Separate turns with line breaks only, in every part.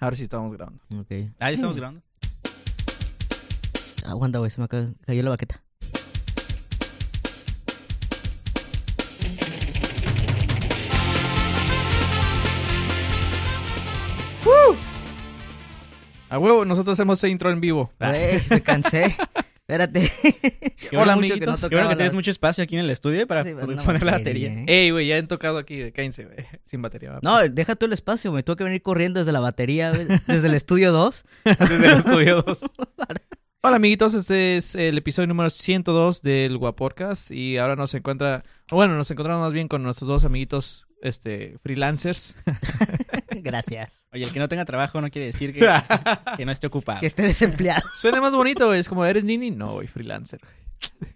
Ahora sí estamos grabando.
Ok.
Ahí Ah, estamos grabando.
Aguanta, güey, se me ca- cayó la baqueta.
A huevo, nosotros hacemos ese intro en vivo.
Güey, me cansé. Espérate.
Ah. Qué bueno,
Hola,
amiguitos.
mucho que no
Qué bueno
tocaba
que tienes
la-
mucho espacio aquí en el estudio para
Sí, pues,
poder
una
poner la
batería,
batería.
¿eh?
Ey, güey, ya han tocado aquí, eh, cállense, güey. Sin batería. va.
No, deja tú el espacio, me tuve que venir corriendo desde la batería, güey, desde el estudio 2.
Desde el estudio 2.
Hola, amiguitos, este es el episodio número 102 del Guaporcas. Y ahora nos encuentra, bueno, nos encontramos más bien con nuestros dos amiguitos, este, freelancers.
Gracias.
Oye, el que no tenga trabajo no quiere decir que, que no esté ocupado.
Que esté desempleado.
Suena más bonito, güey. Es como, ¿eres nini? No, güey, freelancer. güey.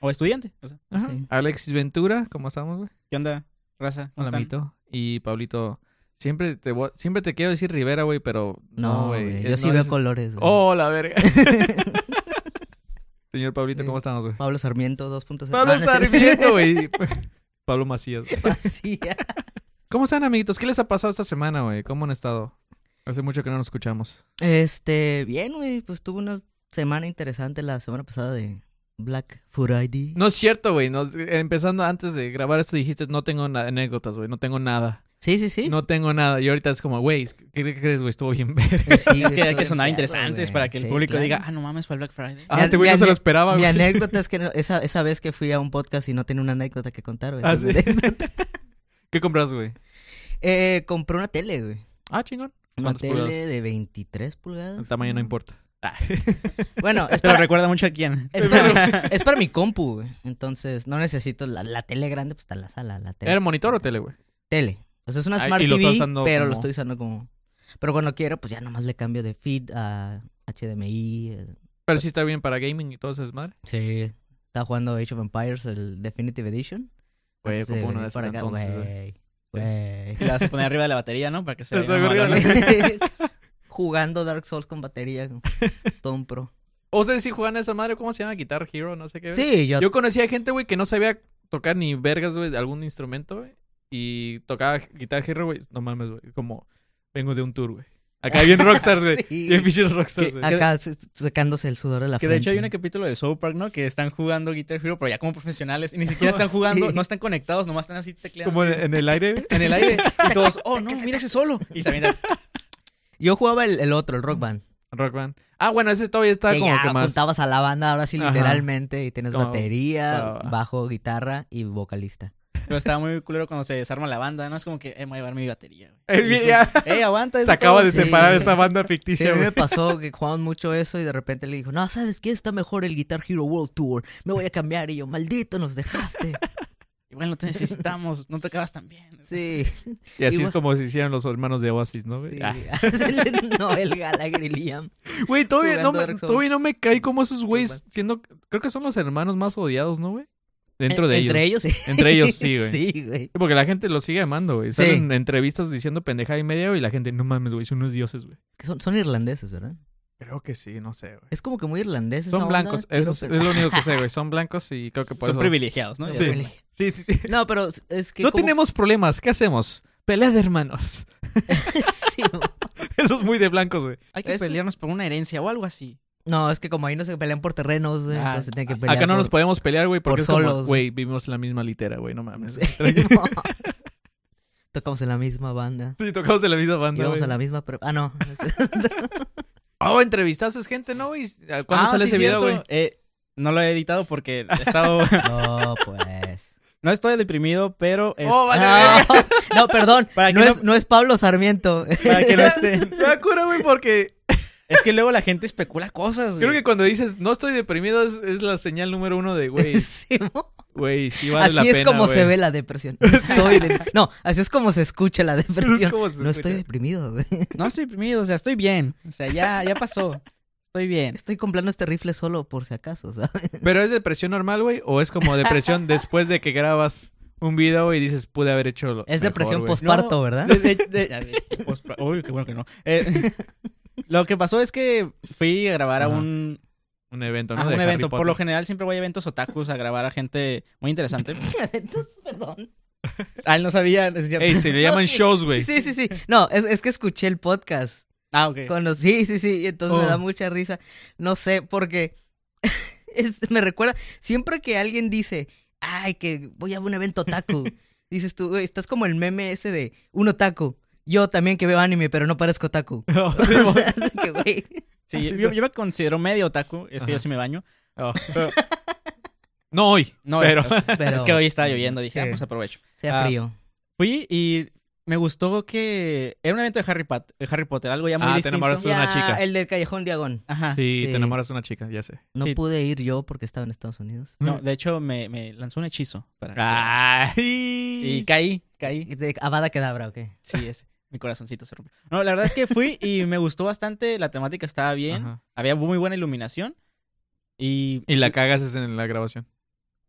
O estudiante. o sea,
Ajá.
Sí.
Alexis Ventura, ¿cómo estamos, güey?
¿Qué onda, raza? ¿Cómo
Hola,
están?
amiguito. Y Pablito, siempre te, voy- siempre te quiero decir Rivera, güey, pero
No, güey. yo
eh,
sí
no
veo
es-
colores, güey.
Oh, la verga. Señor Pablito, ¿cómo estamos, güey?
Pablo Sarmiento 2.0.
Pablo
Ah, no es cierto.
Sarmiento, güey. Pablo Macías.
Así, ah.
¿Cómo están, amiguitos? ¿Qué les ha pasado esta semana, güey? ¿Cómo han estado? Hace mucho que no nos escuchamos.
Este, bien, güey, pues tuve una semana interesante la semana pasada de Black Friday.
No es cierto, güey. Nos- Empezando antes de grabar esto dijiste, no tengo na- anécdotas, güey. No tengo nada.
Sí, sí, sí.
No tengo nada. Y ahorita es como, güey, ¿qué qué crees, güey? Estuvo bien ver.
Eh, sí,
Es
güey,
que hay
estuve
que sonar
bien
interesantes
perro,
para
güey.
que el
Sí,
público
claro.
diga, ah, no mames, fue el Black Friday.
Ah, este
Mi-
güey no se
mi-
lo esperaba,
Mi
güey.
anécdota es que no- esa, esa vez que fui a un podcast y no tenía una anécdota que contar, güey.
Ah,
Entonces,
¿sí? ¿Qué compras, güey?
eh, compré una tele, güey.
Ah, chingón.
Una
¿Cuántas
tele
pulgadas?
de 23
El
pulgadas.
tamaño no importa. Ah,
Bueno, es
Te lo
para,
recuerda mucho a quién.
Ah. es para- es para mi compu, güey. Entonces, no necesito la, la tele grande, pues está en la sala, la tele.
¿Era monitor o tele, güey?
Tele. O sea, es una
Ah,
Smart
y lo
TV,
estás usando
pero lo
como-
estoy usando como... Pero cuando quiero, pues ya nomás le cambio de feed a HDMI. eh,
Pero sí está bien para gaming y todo eso es madre.
Sí. Estaba jugando Age of Empires, el Definitive Edition.
Güey,
Antes de
ocupo uno
venir
de esos
para acá,
entonces, güey.
güey. güey.
La vas a poner arriba de la batería, ¿no? Para que se
Está
vea.
arriba de la-
mamalón.
Jugando Dark Souls con batería. Todo un pro.
O sea, si juegan a esa madre, ¿cómo se llama? Guitar Hero, no sé qué. güey.
Sí, yo...
Yo conocía gente, güey, que no sabía tocar ni vergas, güey, de algún instrumento, güey. Y tocaba Guitar Hero, güey. No mames, güey. Como vengo de un tour, güey. Acá bien rockstars, güey.
Sí.
Bien pinches rockstars,
Que-
güey.
Acá se- secándose el sudor de la
Que de hecho hay un
frente.
capítulo de South Park, ¿no? Que están jugando Guitar Hero, pero ya como profesionales. Y ni siquiera están jugando,
Sí.
no están conectados, nomás están así tecleando.
Como en, en el aire, güey.
en el aire. Y todos, oh, no, mira ese solo. Y se avientan.
Yo jugaba el, el otro, el Rock Band.
Rock Band. Ah, bueno, ese todavía está
que
como
ya
que más.
juntabas a la banda ahora sí
Ajá.
literalmente y tienes
Como-
batería,
Ah.
bajo, guitarra y vocalista.
Pero estaba muy culero cuando se desarma la banda, ¿no? Es como que, eh, me voy a llevar mi batería.
Eh,
güey. Y
ya.
es como, "Ey, aguanta.
Se acaba de
Sí.
separar esta banda
Sí,
ficticia,
a mí
güey.
me pasó que jugaban mucho eso y de repente le dijo, no, ¿sabes qué? Está mejor el Guitar Hero World Tour. Me voy a cambiar. Y yo, maldito, nos dejaste.
Igual no te necesitamos, no tocabas tan bien.
Sí.
Y así es
Igual-
como se hicieron los hermanos de Oasis, ¿no? güey?
sí.
Ah.
no, el Gallagher y Liam.
Güey, todavía no,
Jugando
me,
Dark Souls.
todavía no me cae como esos güeyes
Rock
siendo... Creo que son los hermanos más odiados, ¿no, güey? Dentro de ellos.
Entre ellos, sí.
Entre ellos, sí, güey.
Sí, güey.
Sí, Porque la gente los sigue amando, güey.
Sí.
Salen entrevistas diciendo pendejada y media, güey, y la gente, no mames, güey, son unos dioses, güey.
Que Son, son irlandeses, ¿verdad?
Creo que sí, no sé, güey.
Es como que muy irlandeses.
Son blancos, eso es, es lo único que sé, güey. Son blancos y creo que por
Son
eso...
privilegiados, ¿no?
No,
Ya
Sí.
son-
Sí, sí, sí.
no, pero es que.
No
como-
tenemos problemas, ¿qué hacemos? Pelea de hermanos.
Sí, güey.
Eso es muy de blancos, güey.
Hay que
Eso es-
pelearnos por una herencia o algo así.
No, es que como ahí no se pelean por terrenos, güey,
Ah,
entonces tienen que pelear.
Acá no
por-
nos podemos pelear, güey, porque
por
es como,
solos.
güey, vivimos en la misma litera, güey, no mames.
Sí, no. Tocamos en la misma banda.
Sí, tocamos de la misma banda,
Íbamos
güey.
a la misma. pre- Ah, no.
Oh, entrevistaste gente, ¿no, güey? ¿Cuándo
Ah,
sale
sí,
ese video, güey?
cierto. Eh, no lo he editado porque he estado...
No, pues.
no estoy deprimido, pero... es-
Oh, vale, verga.
No, no, perdón.
Para que
no,
no-
Es, no es Pablo Sarmiento.
Para que no esté...
Me acuerdo, güey, porque
Es que luego la gente especula cosas,
Creo
güey.
que cuando dices no estoy deprimido es, es la señal número uno de güey,
Sí, mo-
güey, sí vale la
así
pena.
es como se
güey.
ve la depresión. No, estoy de- no, así es como se escucha la
Eso es
depresión.
como se
No estoy
escucha.
deprimido, güey.
No estoy deprimido, o sea, estoy bien. O sea, ya, ya pasó. Estoy bien.
Estoy comprando este rifle solo por si acaso, ¿sabes?
Pero es depresión normal, güey, o es como depresión después de que grabas un video y dices pude haber hecho lo
Es
mejor,
depresión
güey".
posparto,
No,
¿verdad?
de- de- de- a ver, pospro- pues, uy, qué bueno que no. Eh, lo que pasó es que fui a grabar a
Ajá.
un,
un evento,
a
Ah,
¿no?
un
De Harry
evento. Por
Potter.
lo general siempre voy a eventos otakus a grabar a gente muy interesante.
Entonces, perdón.
Ah, él no sabía. es cierto.
Ey, se le llaman
No, sí.
shows, güey.
Sí, sí, sí. No, es, es que escuché el podcast.
Ah, ok.
Con los, sí, sí, sí. y Entonces me
Oh.
da mucha risa. No sé, porque es- me recuerda. Siempre que alguien dice, ay, que voy a un evento taco, dices tú, "Güey, estás como el meme ese de uno taco. Yo también que veo anime, pero no parezco taco.
Oh,
O sea, de que, güey,
Sí, yo, yo me considero medio otaku, es que yo sí me baño.
Oh. No hoy,
No,
pero...
pero
es que hoy estaba lloviendo, dije,
Sí.
ah, pues aprovecho.
sea
ah,
frío.
Fui y me gustó que era un evento de Harry, Pat- de Harry Potter, algo ya muy
Ah, te
distinto.
enamoraste. es una
Ya,
chica.
El del Callejón Diagón.
Ajá.
Sí,
sí.
te enamoras de una chica, ya sé.
No
Sí.
pude ir yo porque estaba en Estados Unidos.
No, de hecho me, me lanzó un hechizo para
Ah.
y
Ay.
caí, caí.
De Abada Kedabra, ¿o qué?
Sí, es mi corazoncito se rompió. No, la verdad es que fui y me gustó bastante, la temática estaba bien,
Ajá.
había muy buena iluminación y
Y la cagas es en la grabación.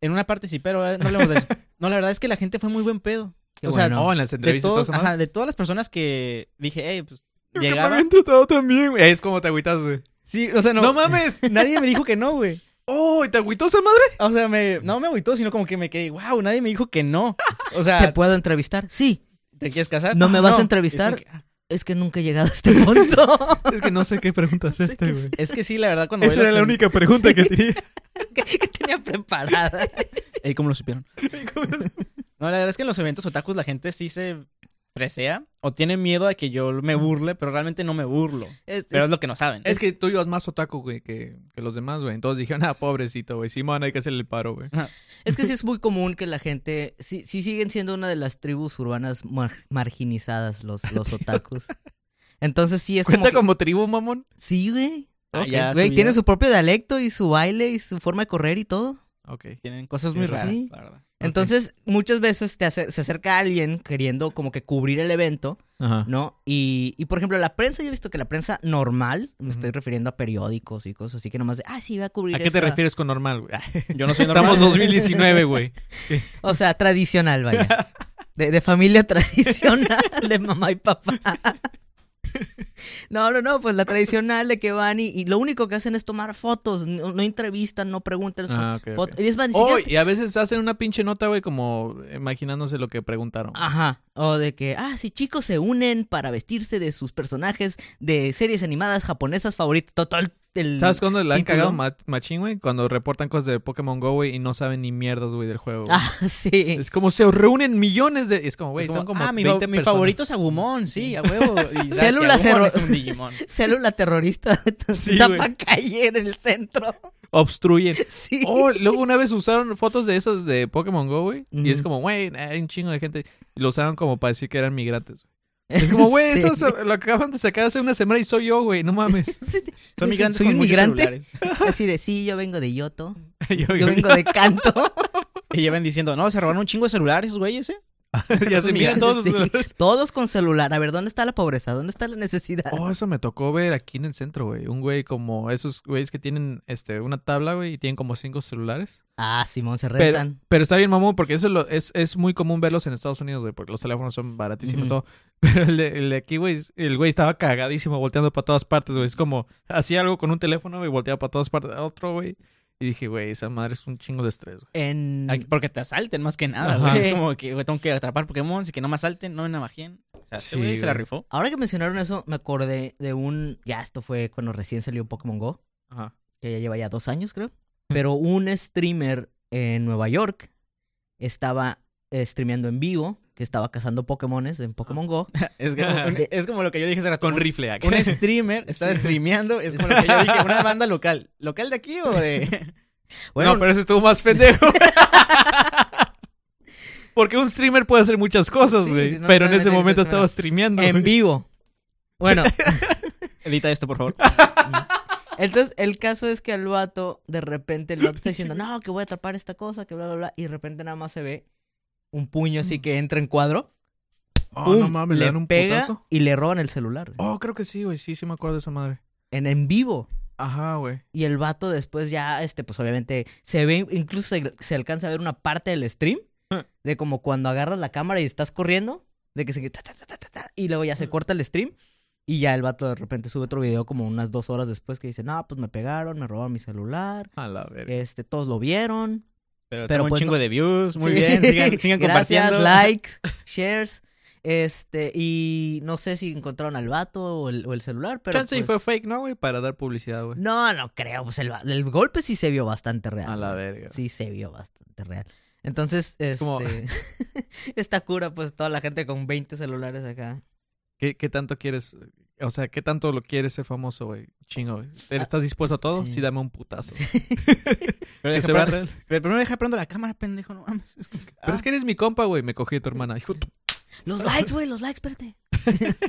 en una parte sí, pero eh, no hablemos de eso. No, la verdad es que la gente fue muy buen pedo.
Qué
o sea,
bueno. No.
Oh, en las
de,
entrevistas y todo
todos,
eso, ¿no?
ajá, de todas las personas que dije, hey, pues
Nunca me
llegaban.
habían tratado también, güey. Es como te agüitas, güey.
Sí, o sea, no,
¡No mames!
nadie me dijo que no, güey.
¡Oh! ¿y ¿Te agüitó esa madre?
O sea, me, no me agüitó, sino como que me quedé, wow, nadie me dijo que no. O
¿Te
sea, ¿te,
puedo entrevistar? Sí.
quieres casar?
¿No me vas a
Es
entrevistar?
como que-
Es que nunca he llegado a este punto.
Es que no sé qué pregunta
Sé que
hacerte, güey.
sí.
Es que sí, la verdad, cuando
Esa
voy a
era la
las-
única pregunta que tenía.
que, que tenía preparada.
Ey, ¿Cómo lo supieron? no, la verdad es que en los eventos otakus la gente sí se presea o tiene miedo a que yo me burle, pero realmente no me burlo.
Es-
Pero es
es-
lo que no saben.
Es que tú ibas más otaku, güey, que, que los demás, güey. Entonces dijeron, ah, pobrecito, güey. Simón, hay que hacerle el paro, güey.
es que sí es muy común que la gente... Sí, sí siguen siendo una de las tribus urbanas mar- marginizadas los, los otakus. Entonces sí es como...
Cuenta
que-
como tribu, mamón.
Sí, güey.
Ah,
Ok.
ya
Güey,
subieron-
tiene su propio dialecto y su baile y su forma de correr y todo.
Ok.
tienen cosas muy
Sí.
raras, la verdad.
Entonces, muchas veces te acer- se acerca alguien queriendo como que cubrir el evento
Ajá.
¿no? Y, y, por ejemplo, la prensa, yo he visto que la prensa normal, me
Ujú.
estoy refiriendo a periódicos y cosas así que nomás de, ah, sí, va a cubrir
¿A qué te
esta".
refieres con normal, güey?
Yo no soy normal.
Estamos 2019, güey.
O sea, tradicional, vaya. De, de familia tradicional, de mamá y papá. No, no, no, pues la tradicional de que van y, y lo único que hacen es tomar fotos, no, no entrevistan, no preguntan. es como
Ah, ok, ok.
foto- Y es más, ni
Oh,
siquiera-
y a veces hacen una pinche nota, güey, como imaginándose lo que preguntaron.
Ajá, o de que, ah, sí, chicos se unen para vestirse de sus personajes de series animadas japonesas favoritas. Total, el...
¿Sabes cuándo la han
¿Título?
cagado ma- machín, güey? Cuando reportan cosas de Pokémon Go, güey, y no saben ni mierdas, güey, del juego. güey.
Ah, sí.
Es como se reúnen millones de... Es como, güey,
Es
son como
ah, mi,
20
fa- mi
personas.
favorito es Agumon, sí, a huevo. Y sabes que
Células
Agumon
cero.
es un Digimon.
célula terrorista
Sí,
tapa
güey.
calle en el centro.
Obstruyen.
Sí.
Oh, luego una vez usaron fotos de esas de Pokémon Go, güey. Y es
Ujú.
como, güey, hay un chingo de gente. Y lo usaron como para decir que eran migrantes. Es como, güey,
Sí.
eso se- lo acaban de sacar hace una semana y soy yo, güey, no mames.
Sí, sí.
Son migrantes
Soy
con
un
muchos
migrante.
celulares.
Así de, sí, yo vengo de Yoto.
Yo-
Yo
yo-
vengo de Canto.
Y llevan diciendo, no, se robaron un chingo de celulares esos güeyes, ¿eh?
ya se miran todos.
Sí.
los-
Todos con celular. A ver, ¿dónde está la pobreza? ¿Dónde está la necesidad?
Oh, eso me tocó ver aquí en el centro, güey. Un güey como esos güeyes que tienen este una tabla, güey, y tienen como cinco celulares.
Ah, Simón, se
Pero,
rentan.
pero está bien, mamón, porque eso es, lo- es, es muy común verlos en Estados Unidos, güey, porque los teléfonos son baratísimos y
Ujú.
todo. Pero el, de- el de aquí, güey, es- el güey estaba cagadísimo, volteando para todas partes, güey. Es como, hacía algo con un teléfono, güey, volteaba para todas partes, otro, güey. Y dije, güey, esa madre es un chingo de estrés, güey.
En...
Aquí- porque te asalten más que nada.
Ajá.
o sea,
Mm. Sí.
Es como que güey, tengo que atrapar Pokémon, y que no me asalten, no me navajien. O sea, este
Sí,
güey se la
güey.
rifó.
Ahora que mencionaron eso, me acordé de un... Ya, esto fue cuando recién salió Pokémon GO.
Ajá.
que ya lleva ya dos años, creo. Pero un streamer en Nueva York estaba eh, streameando en vivo, que estaba cazando Pokémones en Pokémon
Ah.
Go.
Es, que- un- es como lo que yo dije hace rato.
Con
un-
rifle, acá.
Un streamer estaba streameando, es como lo que yo dije, una banda local. ¿Local de aquí o de...?
Bueno,
no, pero ese estuvo más pendejo. Porque un streamer puede hacer muchas cosas,
Sí,
güey.
sí, no
pero en ese
necesariamente
momento
es
estaba
streamer.
streameando. güey.
en vivo. Bueno,
Edita esto, por favor.
entonces el caso es que al vato de repente el vato está diciendo, no, que voy a atrapar esta cosa, que bla, bla, bla. Y de repente nada más se ve un puño así que entra en cuadro.
Mm. Oh, no
pum,
mames, le
le
dan un
pega
putazo.
y le roban el celular. güey.
Oh, creo que sí, güey. Sí, sí me acuerdo de esa madre.
En, en vivo.
Ajá, güey.
Y el vato después ya, este, pues obviamente se ve, incluso se, se alcanza a ver una parte del stream
Ah.
de como cuando agarras la cámara y estás corriendo, de que se ta, ta, ta, ta, ta, ta, y luego ya se corta el stream y ya el vato de repente sube otro video como unas dos horas después que dice, no, pues me pegaron, me robaron mi celular,
A la verga.
este, todos lo vieron, Pero
Pero, tengo un
pues
chingo
no-
de views, muy
Sí.
bien, sigan, sigan compartiendo.
Gracias, likes, shares. Este, y no sé si encontraron al vato o el, o el celular, pero.
Chance y fue
pues,
fake, ¿no, güey? Para dar publicidad, güey.
No, no creo. Pues el, va- el golpe sí se vio bastante real.
A la
güey.
verga.
Sí se vio bastante real. Entonces, este,
como-
esta cura, pues toda la gente con 20 celulares acá.
¿Qué, qué tanto quieres? O sea, ¿qué tanto lo quieres ser famoso, güey? Chingo, güey. ¿Estás dispuesto a todo?
sí.
Ah, Sí, dame un putazo.
Pero,
Que
deja
se vea
prender-
real.
pero primero deja prendo la cámara, pendejo, no mames. Es como que-
Pero
ah.
es que eres mi compa, güey. Me cogí a tu hermana. Hijo de tu-
Los likes, güey, los likes, espérate.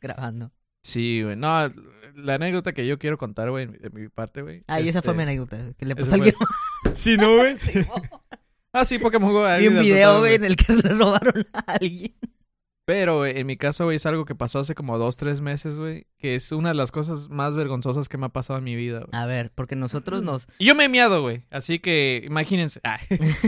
Grabando.
Sí, güey. No, la anécdota que yo quiero contar, güey, de mi parte, güey.
Ay, Ah, esa fue mi
este,
anécdota. Que le
esa
pasó a
fue-
alguien.
Sí, ¿no, güey? Ah, sí, Pokémon Go. ahí
Vi un
la
video,
soltaron,
güey, en el que le robaron a alguien.
Pero güey, en mi caso, güey, es algo que pasó hace como dos, tres meses, güey. Que es una de las cosas más vergonzosas que me ha pasado en mi vida, güey.
A ver, porque nosotros nos.
Y yo me he miado, güey. Así que imagínense. Ah,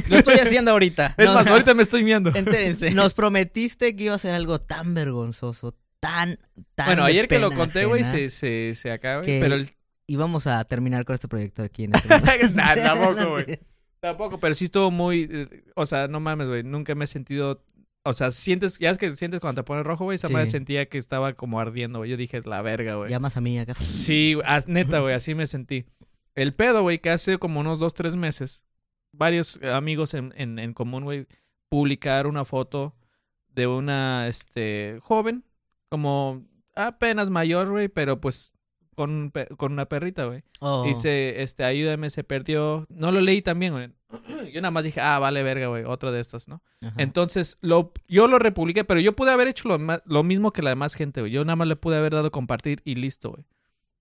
Lo estoy haciendo ahorita.
es
No,
más,
no.
ahorita me estoy miando.
Entérense.
Nos prometiste que iba a ser algo tan vergonzoso, tan, tan.
Bueno,
de
ayer que lo
pena
conté, güey,
ajena,
se, se, se acaba,
Que-
güey. Pero el...
Íbamos a terminar con este proyecto aquí en este momento.
Nah,
No,
tampoco, güey.
sí.
Tampoco, pero sí estuvo muy... eh, O sea, no mames, güey. Nunca me he sentido... O sea, sientes... Ya es que sientes cuando te pones rojo, güey. Esa
Sí.
madre sentía que estaba como ardiendo, güey. Yo dije, la verga, güey.
Llamas a mí acá.
Sí, güey, ah, neta, güey, así me sentí. El pedo, güey, que hace como unos dos, tres meses, varios eh, amigos en, en, en común, güey, publicaron una foto de una, este, joven, como apenas mayor, güey, pero pues con, un pe- con una perrita, güey.
Oh.
Dice, este, ayúdame, se perdió. No lo leí también, güey. Yo nada más dije, ah, vale, verga, güey, otra de estas, ¿no?
Ajá.
Entonces, lo, yo lo republiqué, pero yo pude haber hecho lo, ma- lo mismo que la demás gente, güey. Yo nada más le pude haber dado compartir y listo, güey.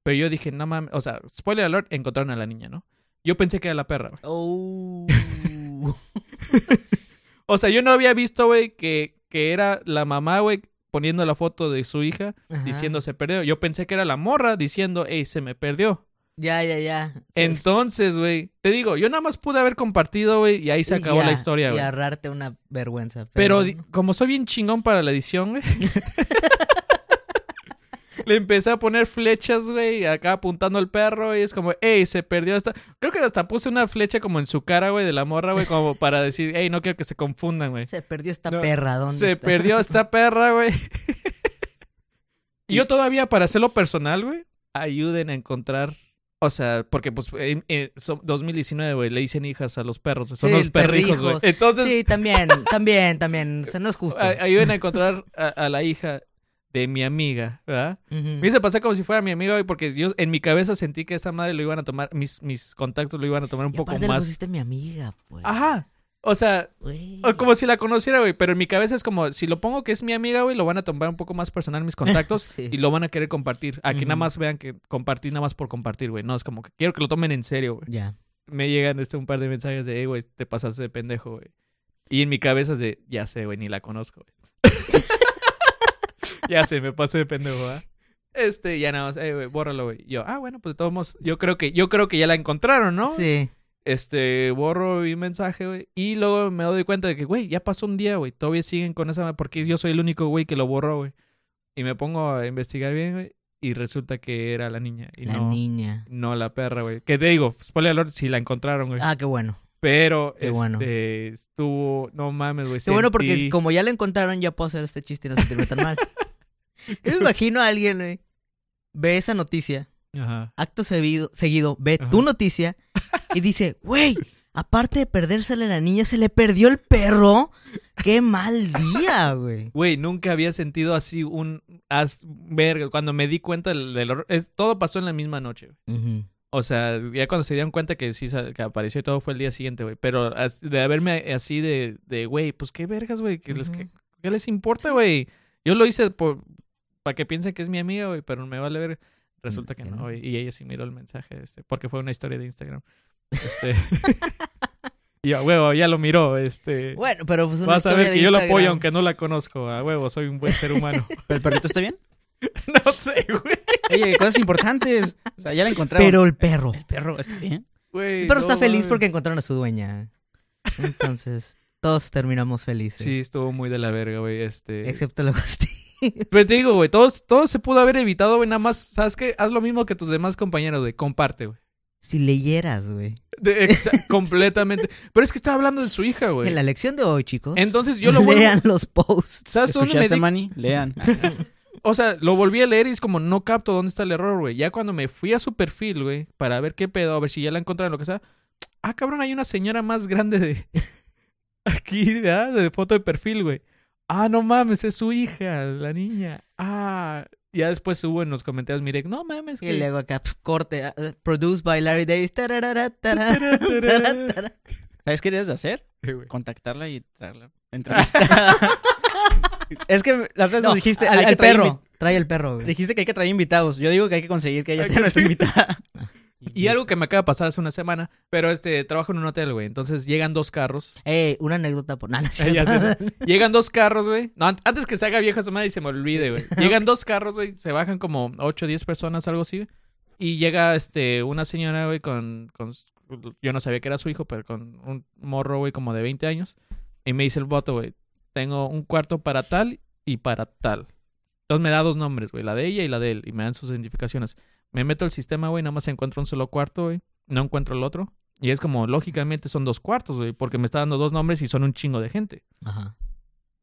Pero yo dije, no mames, o sea, spoiler alert, encontraron a la niña, ¿no? Yo pensé que era la perra, güey.
Oh.
O sea, yo no había visto, güey, que, que era la mamá, güey, poniendo la foto de su hija
Ajá.
diciendo se perdió. Yo pensé que era la morra diciendo, hey, se me perdió.
Ya, ya, ya. Sí,
Entonces, güey, te digo, yo nada más pude haber compartido, güey, y ahí se
y
acabó
ya,
la historia,
Y
güey.
ahorrarte una vergüenza.
Pero
Pero,
di- como soy bien chingón para la edición, güey. le empecé a poner flechas, güey, acá apuntando al perro y es como, ey, se perdió esta. Creo que hasta puse una flecha como en su cara, güey, de la morra, güey, como para decir, ey, no quiero que se confundan, güey.
se perdió esta
No,
perra. ¿dónde
Se
está?
perdió esta perra, güey. y yo todavía, para hacerlo personal, güey, ayuden a encontrar. O sea, porque pues en, en- son 2019, güey, le dicen hijas a los perros, son
Sí,
los perrijos, güey.
perrijos.
Entonces,
Sí, también, también, también. O sea, no es justo.
a- ayuden a encontrar a, a la hija de mi amiga, ¿verdad?
Ujú.
Me hice pasar como si fuera mi amiga, güey, porque yo en mi cabeza sentí que esta madre lo iban a tomar, mis, mis contactos lo iban a tomar un
Y
poco
aparte le
más.
pusiste mi amiga, pues.
Ajá. O sea,
Güey.
o como si la conociera, güey, pero en mi cabeza es como, si lo pongo que es mi amiga, güey, lo van a tomar un poco más personal mis contactos
Sí.
y lo van a querer compartir. Aquí
Ujú.
nada más vean que compartí nada más por compartir, güey. No, es como que quiero que lo tomen en serio, güey.
Ya.
Me llegan este un par de mensajes de, hey, güey, te pasaste de pendejo, güey. Y en mi cabeza es de, ya sé, güey, ni la conozco, güey. ya sé, me pasé de pendejo, ¿verdad? Este, ya nada más, hey, güey, bórralo, güey. Yo, ah, bueno, pues de todos modos, yo creo que, yo creo que ya la encontraron, ¿no?
Sí.
Este, borro mi mensaje, güey. Y luego me doy cuenta de que, güey, ya pasó un día, güey. Todavía siguen con esa... Porque yo soy el único, güey, que lo borró, güey. Y me pongo a investigar bien, güey. Y resulta que era la niña. Y
La
no,
niña.
no la perra, güey. Que te digo, spoiler alert, si la encontraron, güey.
Ah, qué bueno.
Pero,
qué
este,
bueno.
estuvo... No mames, güey.
Qué bueno
sentí-
porque como ya la encontraron, ya puedo hacer este chiste y no sentirme tan mal. Yo me imagino a alguien, güey. Ve esa noticia,
Ajá.
acto seguido, seguido ve
Ajá.
tu noticia y dice, güey, aparte de perdérsele la niña, se le perdió el perro. Qué mal día, güey.
Güey, nunca había sentido así un... as- Verga, cuando me di cuenta del... del horror- es- Todo pasó en la misma noche, güey.
Ujú.
O sea, ya cuando se dieron cuenta que sí sa- que apareció y todo fue el día siguiente, güey. Pero as- de haberme así de, de, güey, pues qué vergas, güey. ¿Qué, les,
Ujú.
qué- qué les importa, güey? Yo lo hice por para que piensen que es mi amiga, güey, pero me vale ver. Resulta que
que
no,
no.
güey. Y ella sí miró el mensaje, este, porque fue una historia de Instagram. Este. y a huevo, ya lo miró, este.
Bueno, pero pues una
Vas a ver
historia
que
de
yo lo apoyo
Instagram.
aunque no la conozco. A huevo, soy un buen ser humano.
¿Pero el perrito está bien?
no sé, güey.
Oye, cosas importantes. O sea, ya la encontraron.
Pero el perro.
el perro está bien.
Güey,
Pero
no
está feliz
mames.
porque encontraron a su dueña. Entonces, todos terminamos felices.
Sí, estuvo muy de la verga, güey. Este.
Excepto el Agustín.
Pero te digo, güey, todo, todo se pudo haber evitado, güey. Nada más, ¿sabes qué? Haz lo mismo que tus demás compañeros, güey. Comparte, güey.
si leyeras, güey.
De- exa- completamente. Pero es que está hablando de su hija,
En
güey.
la lección de hoy, chicos.
Pues Entonces yo lo vuelvo.
Lean los posts.
¿Sabes dónde me
¿Escuchaste,
di-
Manny? Lean.
O sea, lo volví a leer y es como no capto dónde está el error, güey. Ya cuando me fui a su perfil, güey, para ver qué pedo, a ver si ya la encontraron, lo que sea. Ah, cabrón, hay una señora más grande de. Aquí, ¿verdad? De foto de perfil, güey. Ah, no mames, es su hija, la niña. Ah. Ya después hubo en los comentarios, mire, no mames,
Y
que.
luego acá, pf, corte, ah, ah, produced by Larry Davis. Tarara, tarara, tarara, tarara.
¿Sabes qué debes de hacer? Contactarla y traerla. Entrevista. es que las veces
No,
dijiste
al,
hay que
al
traer
perro. Trae el perro,
invi-
güey.
Dijiste que hay que traer invitados. Yo digo que hay que conseguir que ella
Hay
sea
que
nuestra
sí.
invitada.
Y algo que me acaba de pasar hace una semana, pero este, trabajo en un hotel, güey. Entonces llegan dos carros.
Eh, una anécdota por nada.
Ya sé. Llegan dos carros, güey. No, an- antes que se haga vieja esa madre y se me olvide, güey. Llegan dos carros, güey. Se bajan como 8 o 10 personas, algo así. güey. Y llega este, una señora, güey, con, con. s- Yo no sabía que era su hijo, pero con un morro, güey, como de 20 años. Y me dice el voto, güey. Tengo un cuarto para tal y para tal. Entonces me da dos nombres, güey. La de ella y la de él. Y me dan sus identificaciones. Me meto al sistema, güey. Nada más encuentro un solo cuarto, güey. No encuentro el otro. Y es como, lógicamente son dos cuartos, güey. Porque me está dando dos nombres y son un chingo de gente.
Ajá.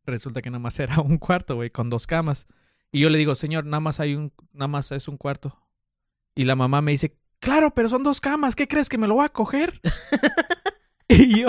Resulta que nada más era un cuarto, güey, con dos camas. Y yo le digo, señor, nada más hay un, nada más es un cuarto. Y la mamá me dice, claro, pero son dos camas, ¿qué crees que me lo va a coger? y yo,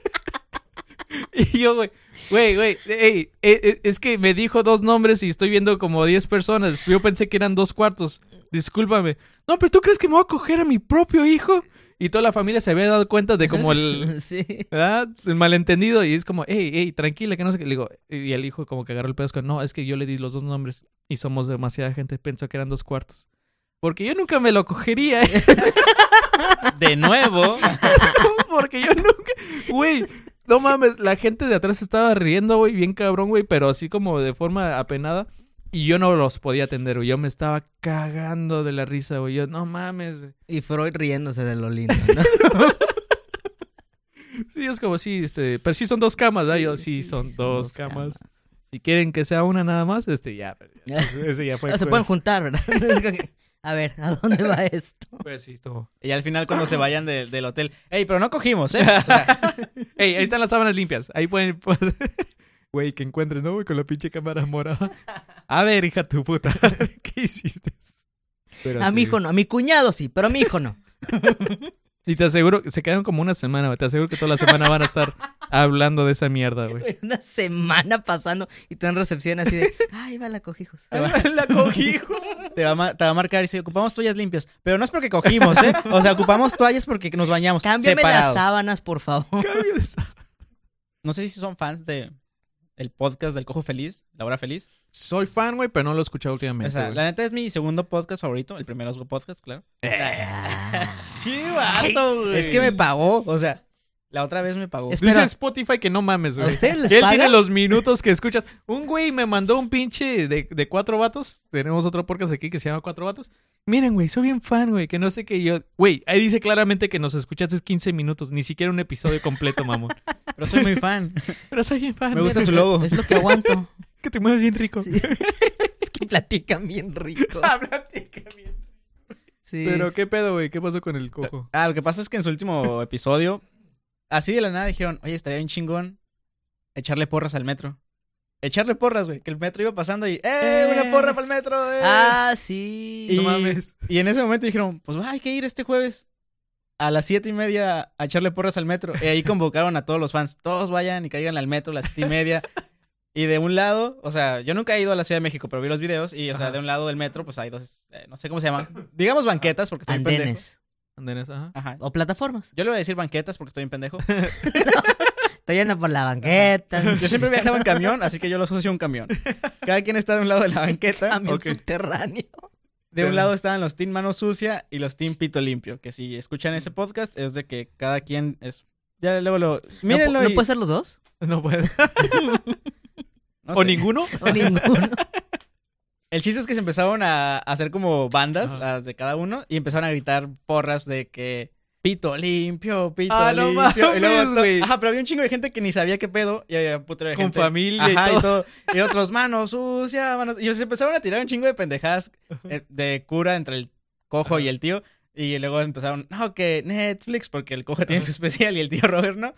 y yo, güey, güey, güey, ey, eh, eh, es que me dijo dos nombres y estoy viendo como 10 personas. Yo pensé que eran dos cuartos. Discúlpame. No, pero ¿tú crees que me voy a coger a mi propio hijo? Y toda la familia se había dado cuenta de como el,
Sí.
¿verdad? El malentendido. Y es como, hey, hey, tranquila, que no sé qué. Le digo, y el hijo como que agarró el pedasco. No, es que yo le di los dos nombres y somos demasiada gente. Pensó que eran dos cuartos. Porque yo nunca me lo cogería, ¿eh?
De nuevo.
Porque yo nunca. Güey, no mames. La gente de atrás estaba riendo, güey, bien cabrón, güey, pero así como de forma apenada. Y yo no los podía atender, güey. Yo me estaba cagando de la risa, güey. Yo, no mames, güey.
Y Freud riéndose de lo lindo, ¿no?
Sí, es como, sí, este. Pero sí son dos camas, ¿verdad? Yo, sí, son, dos, camas. Si quieren que sea una nada más, este, ya. Ese ya Ah, fue.
No se pueden juntar, ¿verdad? Es como que, A ver, ¿a dónde va esto?
Pues sí, estuvo.
Y al final cuando se vayan de- del hotel. Ey, pero no cogimos, ¿eh? O sea,
Ey, ahí están las sábanas limpias. Ahí pueden. pueden- Güey, que encuentres, ¿no? güey? Con la pinche cámara morada. A ver, hija tu puta. ¿Qué hiciste? Pero
A
sí.
mi hijo no, a mi cuñado sí, pero a mi hijo no.
Y te aseguro, se quedan como una semana, güey. Te aseguro que toda la semana van a estar hablando de esa mierda, güey.
Güey, Una semana pasando y tú en recepción así de, ay, va la cojijos.
te va- Te va, a ma- te va a marcar y dice, ocupamos toallas limpias. Pero no es porque cogimos, ¿eh? O sea, ocupamos toallas porque nos bañamos.
Cámbiame las
separados.
sábanas, por favor.
Cambio de sa-
No sé si son fans de el podcast del Cojo Feliz, La Hora Feliz.
Soy fan, güey, pero no lo he escuchado últimamente.
O sea,
güey.
la neta es mi segundo podcast favorito. El primero es Go Podcast, claro.
Ah,
Es que me pagó, o sea, la otra vez me pagó.
Es-
Dice
Espera.
Spotify que no mames,
¿A
güey.
ustedes les
Que él
pagan?
tiene los minutos que escuchas. Un güey me mandó un pinche de, de cuatro vatos. Tenemos otro podcast aquí que se llama Cuatro Vatos. Miren, güey, soy bien fan, güey, que no sé qué yo. Güey, ahí dice claramente que nos escuchaste 15 minutos, ni siquiera un episodio completo, mamón.
Pero soy muy fan.
Pero soy bien fan.
Me gusta
mira,
su logo.
Es lo que aguanto.
Que te mueves bien rico.
Sí. Es que platican bien rico. Sí.
Pero qué pedo, güey, qué pasó con el cojo.
Ah, lo que pasa es que en su último episodio, así de la nada dijeron, oye, estaría bien chingón echarle porras al metro. Echarle porras, güey, que el metro iba pasando y, ¡eh,
Eh.
una porra para el metro! eh".
Ah, sí.
y,
no mames.
y en ese momento dijeron, pues va, hay que ir este jueves a las siete y media a echarle porras al metro. Y ahí convocaron a todos los fans, todos vayan y caigan al metro a las siete y media. Y de un lado, o sea, yo nunca he ido a la Ciudad de México, pero vi los videos y, o sea,
Ajá.
de un lado del metro, pues hay dos, eh, no sé cómo se llama, digamos banquetas porque estoy bien pendejo.
Andenes.
Andenes, ajá.
Ajá.
O plataformas.
Yo le voy a decir banquetas porque estoy bien pendejo.
Estoy yendo por la banqueta.
Yo siempre viajaba en camión, así que yo lo asocio a un camión. Cada quien está de un lado de la banqueta.
Camión
Ok.
subterráneo.
De un lado estaban los Team Mano Sucia y los Team Pito Limpio. Que si escuchan ese
Mm.
podcast es de que cada quien es. Ya luego lo. Mírenlo.
¿No, pu-
y-
¿no puede ser los dos?
No puede.
no
¿O
sé.
ninguno?
¿O ninguno?
El chiste es que se empezaron a hacer como bandas
Ajá.
las de cada uno y empezaron a gritar porras de que. Pito limpio, pito
Ah, no
limpio. y luego
mames,
to-
güey.
Ajá, pero había un chingo de gente que ni sabía qué pedo. Y había un putero de
Con
gente.
familia y
Ajá,
todo.
y, todo. y otros, manos sucia, manos. Y se empezaron a tirar un chingo de pendejadas eh, de cura entre el cojo y el tío. Y luego empezaron, no, que Netflix, porque el cojo tiene su especial y el tío Robert no.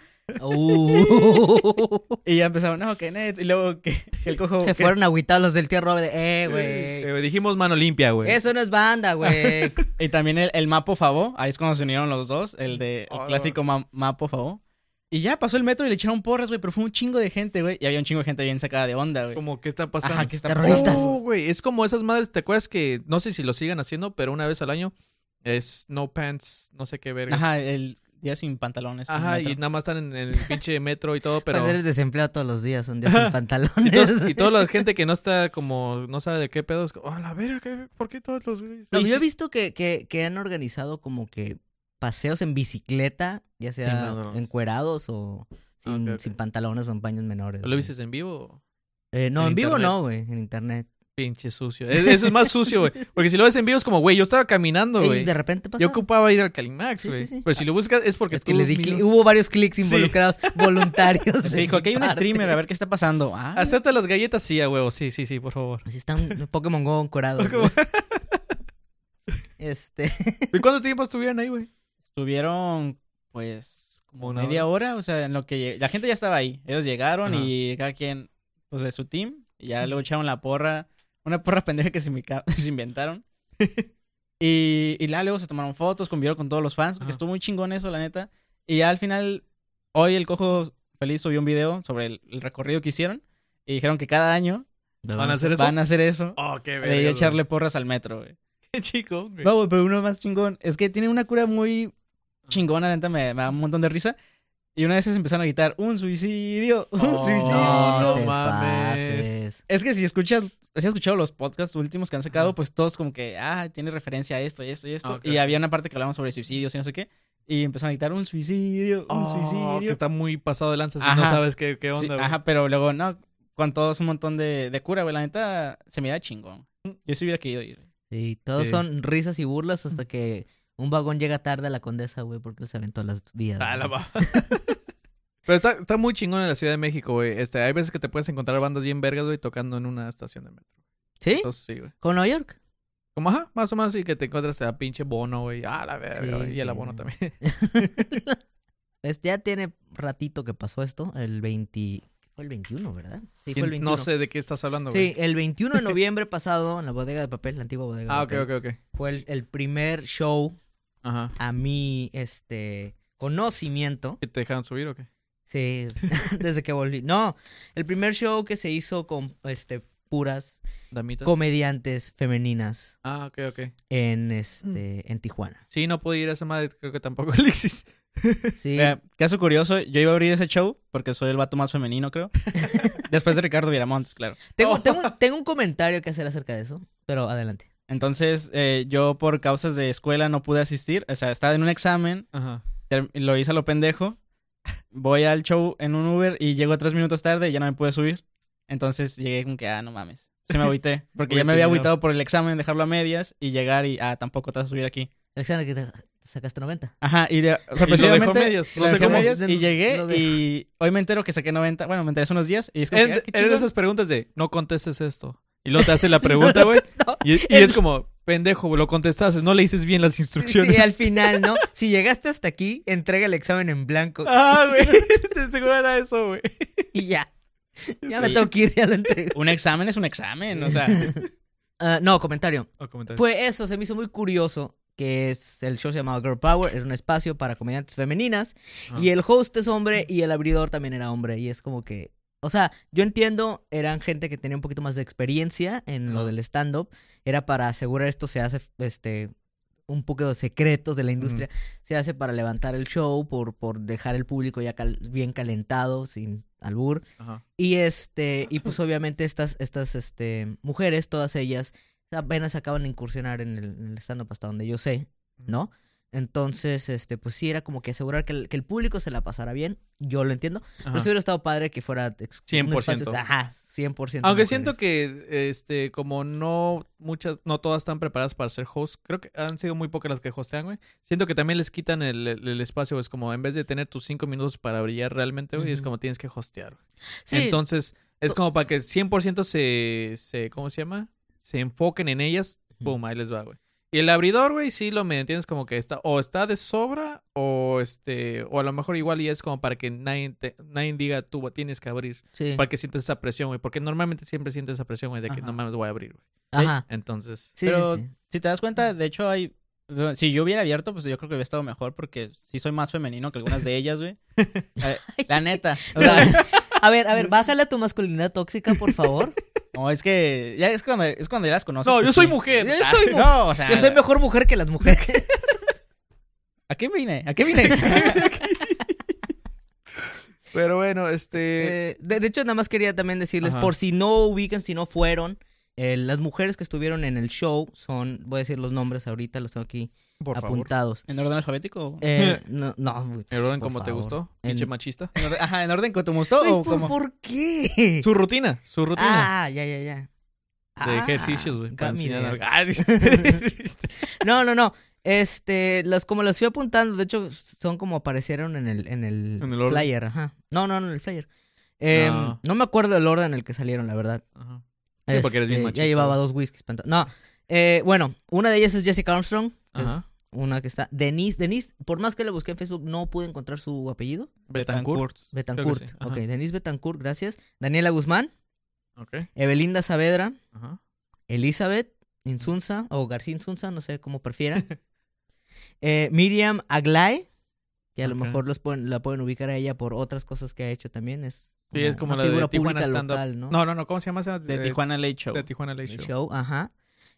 Uh.
Y ya empezaron, no, que Netflix. Y luego que, que el cojo.
Se
que-
fueron agüitados los del tío Robert. de, Eh, güey.
Eh, dijimos mano limpia, güey.
Eso no es banda, güey.
Y también el, el Mapo Favó, ahí es cuando se unieron los dos, el de el
Ah,
clásico ma- Mapo Favó. Y ya pasó el metro y le echaron porras, güey, pero fue un chingo de gente, güey. Y había un chingo de gente bien sacada de onda, güey.
Como que está pasando.
Ajá, ¿qué está
terroristas.
pasando?
No, güey, es como esas madres, ¿te acuerdas que no sé si lo sigan haciendo, pero una vez al año es no pants, no sé qué verga. Ajá,
Ajá, el día sin pantalones. en el
y
metro.
nada más están en, en el pinche metro y todo, pero
Pero eres desempleado todos los días, un día sin
y,
pantalones.
todos- y toda la gente que no está como no sabe de qué pedos, a la verga, ¿qué- ¿por qué todos los gays?
No,
Y
yo he
sí-
visto que, que, que han organizado como que paseos en bicicleta, ya sea
nada. Ah,
encuerados o sin,
ok.
sin pantalones o en paños menores.
¿Lo
güey.
viste en vivo?
Eh, no,
en
en, vivo
internet?
no, güey, en internet.
Pinche sucio. E- Eso es más sucio, güey. Porque si lo ves en vivo es como, güey, yo estaba caminando,
Y
güey.
de repente pasa.
Yo ocupaba ir al Calimax,
Sí,
güey.
sí, sí.
Pero si lo buscas es porque
es que
tú
le "Uh, di
mismo-
clic- Hubo varios clics
Sí.
involucrados voluntarios.
Se
de
dijo,
mi
aquí hay un
parte.
streamer, a ver qué está pasando. Ah,
Acepta las galletas, sí, a huevo. Sí, sí, sí, por favor.
Así está un Pokémon Go encuerado. güey.
Pokémon.
Este.
¿Y cuánto tiempo estuvieron ahí, güey?
estuvieron, pues, como
Una
media hora. o sea, en lo que lleg- la gente ya estaba ahí. Ellos llegaron
Ajá.
y cada quien, pues, de su team. Y ya luego echaron la porra, una porra pendeja que se, invica- se inventaron. y, y la- luego se tomaron fotos, convivieron con todos los fans, porque
Ajá.
estuvo muy chingón eso, la neta. Y ya al final, hoy el Cojo Feliz subió un video sobre el, el recorrido que hicieron. Y dijeron que cada año
¿Van a hacer eso?
van a hacer eso.
Oh, qué
De ir a echarle porras al metro, güey.
Qué chico, güey.
No, güey, pero uno más chingón. Es que tiene una cura muy chingona, la neta, me, me da un montón de risa. Y una vez se empezaron a gritar, un suicidio, un
Oh,
suicidio.
no
te
mames.
pases.
Es que si escuchas, si has escuchado los podcasts últimos que han sacado, pues todos como que, ah, tiene referencia a esto, y esto, y esto.
Ah, ok,
Y
ok.
había una parte que hablábamos sobre suicidios y no sé qué. Y empezaron a gritar, un suicidio, un
Oh, Que
suicidio.
está muy pasado de lanza si no
Ajá.
sabes qué, qué
Sí,
onda, güey.
ajá, pero luego, no, con todos un montón de, de cura, güey. La neta, se mira chingón. Yo sí hubiera querido ir.
Y todos
Sí.
son risas y burlas hasta que un vagón llega tarde a la condesa, güey, porque él se aventó las vías.
Ah, la
güey.
va. Pero está, está muy chingón en la Ciudad de México, güey. Este, hay veces que te puedes encontrar bandas bien vergas, güey, tocando en una estación de metro.
¿Sí?
Entonces, sí, güey.
¿Con Nueva York?
Como, ajá, más o menos, y que te encuentras a pinche Bono, güey. Ah, la verga,
Sí,
güey. Y el
que-
abono también.
Es- ya tiene ratito que pasó esto, el 20... Fue el 21, ¿verdad? Sí, fue el 21.
No sé de qué estás hablando, güey.
Sí, el 21 de noviembre pasado, en la bodega de papel, la antigua bodega
Ah,
de
ok,
papel,
ok, ok.
fue el, el primer show
Ajá.
a mi este, conocimiento.
¿Que te dejaron subir o qué?
Sí, desde que volví. No, el primer show que se hizo con este, puras
¿Damitas?
comediantes femeninas
Ah, ok, ok.
en, este, en Tijuana.
Sí, no pude ir a esa madre, creo que tampoco Alexis.
Sí,
Mira, caso curioso, yo iba a abrir ese show porque soy el vato más femenino, creo. Después de Ricardo Viramontes, claro.
tengo,
Oh.
tengo, un- tengo un comentario que hacer acerca de eso, pero adelante.
Entonces, eh, yo por causas de escuela no pude asistir. O sea, estaba en un examen,
Ajá.
ter- lo hice a lo pendejo. Voy al show en un Uber y llego tres minutos tarde y ya no me pude subir. Entonces llegué con que, ah, no mames. Se me agüité. Porque
Muy
ya me había
opinado.
agüitado por el examen, dejarlo a medias y llegar y, ah, tampoco te vas a subir aquí.
Alexander, que te te sacaste 90.
Ajá, y de-
dejó a
sorpresivamente.
medias, no
lo
sé
dejé a
cómo.
medias y
Lo
llegué
dejó.
y hoy me entero que saqué 90. Bueno, me enteré hace unos días y es como. que, ah,
Eran
qué
eran
chido.
esas preguntas de no contestes esto. Y luego te hace la pregunta, güey.
no.
y, y es como, pendejo, güey, lo contestaste, no le dices bien las instrucciones.
Sí, al final, ¿no? Si llegaste hasta aquí, entrega el examen en blanco
Ah, güey. De seguro era eso, güey.
y ya. Ya me
Sí.
tengo que ir, ya lo entrego.
Un examen es un examen, o sea.
Ah, no, comentario.
O comentario.
Fue eso, se me hizo muy curioso que es el show se llamaba Girl Power, era un espacio para comediantes femeninas
Ajá.
y el host es hombre y el abridor también era hombre y es como que, o sea, yo entiendo, eran gente que tenía un poquito más de experiencia en lo
Ajá.
del stand up, era para asegurar esto se hace este un poco de secretos de la industria, se hace para levantar el show por por dejar el público ya cal- bien calentado sin albur
Ajá.
y este, y pues obviamente estas, estas, este, mujeres, todas ellas, apenas acaban de incursionar en el, en el stand-up hasta donde yo sé, ¿no? Entonces, este, pues sí, era como que asegurar que el, que el público se la pasara bien, yo lo entiendo,
Ajá.
pero sí hubiera estado padre que fuera... ex- un
100%.
espacio- Ajá, 100%.
Aunque
mujeres.
siento que, este, como no muchas, no todas están preparadas para ser host, creo que han sido muy pocas las que hostean, güey. Siento que también les quitan el, el- el espacio, güey. Es como, en vez de tener tus cinco minutos para brillar realmente, güey, es
Ujú.
como tienes que hostear, güey.
Sí,
Entonces, es como para que 100% se, se, ¿cómo se llama? Se enfoquen en ellas,
Ujú.
boom, ahí les va, güey. Y Y el abridor, güey, sí lo me entiendes como que está, o está de sobra, o este, o a lo mejor igual y es como para que nadie, te- nadie diga tú güey, tienes que abrir,
Sí.
para que sientas esa presión, güey, porque normalmente siempre sientes esa presión, güey, de que
Ajá.
no mames voy a abrir, güey.
Ajá.
Entonces,
Sí,
Pero
sí, sí.
si te das cuenta, de hecho hay... Si yo hubiera abierto, pues yo creo que hubiera estado mejor porque sí soy más femenino que algunas de ellas, güey. Eh, La neta. O sea,
A ver, a ver, bájale a tu masculinidad tóxica, por favor.
no, es que ya es cuando, es cuando ya las conoces.
no,
pues
yo soy
sí.
mujer. Ah,
Yo soy mu-
No, o sea,
Yo soy mejor mujer que las mujeres.
¿A qué vine? ¿A qué vine?
Pero bueno, este,
Eh, de, de hecho, nada más quería también decirles,
Ajá.
por si no ubican, si no fueron, eh, las mujeres que estuvieron en el show son, voy a decir los nombres ahorita, los tengo aquí
por favor.
apuntados.
¿En orden alfabético?
Eh, no, no. güey,
¿El orden
por
como te
favor.
gustó?
En-
Pinche machista.
En orden- Ajá, ¿en orden que te gustó
Güey,
o
¿por,
cómo?
¿por qué?
Su rutina, su rutina.
Ah, ya, ya, ya.
de
Ah,
ejercicios, güey. para
got me
enseñar algo.
there.
Ah, dice-
No, no, no. Este, las como las fui apuntando, de hecho, son como aparecieron en el, en el,
En el orden. Ah.
flyer, ajá. No, no, no, en el flyer. Em,
No.
no. me acuerdo del orden en el que salieron, la verdad.
Ajá. Sí, porque eres bien machista,
Este, Ya llevaba
¿verdad?
dos whiskies. panta- No, eh, bueno, una de ellas es Jessica Armstrong. que es
Ajá.
una que está. Denise, Denise, por más que la busqué en Facebook, no pude encontrar su apellido.
Betancourt.
Betancourt.
sí, ajá.
Ok, Denise Betancourt, gracias. Daniela Guzmán,
Ok.
Evelinda Saavedra,
Ajá.
Elizabeth Insunza o García Insunza, no sé cómo prefiera. Eh, Miriam Aglay, que a lo
Ok.
mejor los pueden- la pueden ubicar a ella por otras cosas que ha hecho también. Es
Sí, es como
una
la de
figura
Tijuana
pública
Stand Up.
local, ¿no?
No, no, no. ¿Cómo se llama esa?
De
Eh,
Tijuana Late Show.
De Tijuana Late
El
Show.
show, ajá.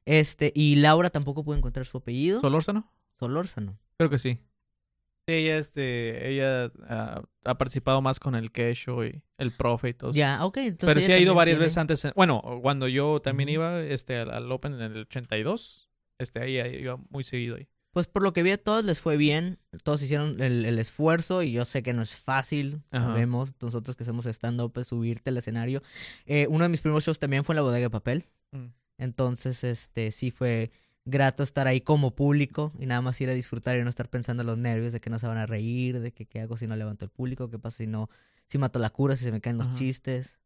Este, y Laura tampoco pude encontrar su apellido.
¿Solórzano?
Solórzano.
Creo que sí. Sí, ella, este, ella ah, ha participado más con el Kesho y el Profe y todo.
Ya, ok. Entonces
Pero
ella
sí ha ido
también
varias
tiene-
veces antes. en- Bueno, cuando yo también
Ujú.
iba este, al, al Open en el 82, este, ahí, ahí iba muy seguido. Ahí.
Pues por lo que vi a todos les fue bien, todos hicieron el, el esfuerzo y yo sé que no es fácil,
Ajá.
sabemos, nosotros que hacemos stand-up, es subirte al escenario. Eh, uno de mis primeros shows también fue en la bodega de papel,
Mm.
entonces este sí fue grato estar ahí como público y nada más ir a disfrutar y no estar pensando en los nervios de que no se van a reír, de que qué hago si no levanto el público, qué pasa si no, si mato la cura, si se me caen los
Ajá.
chistes,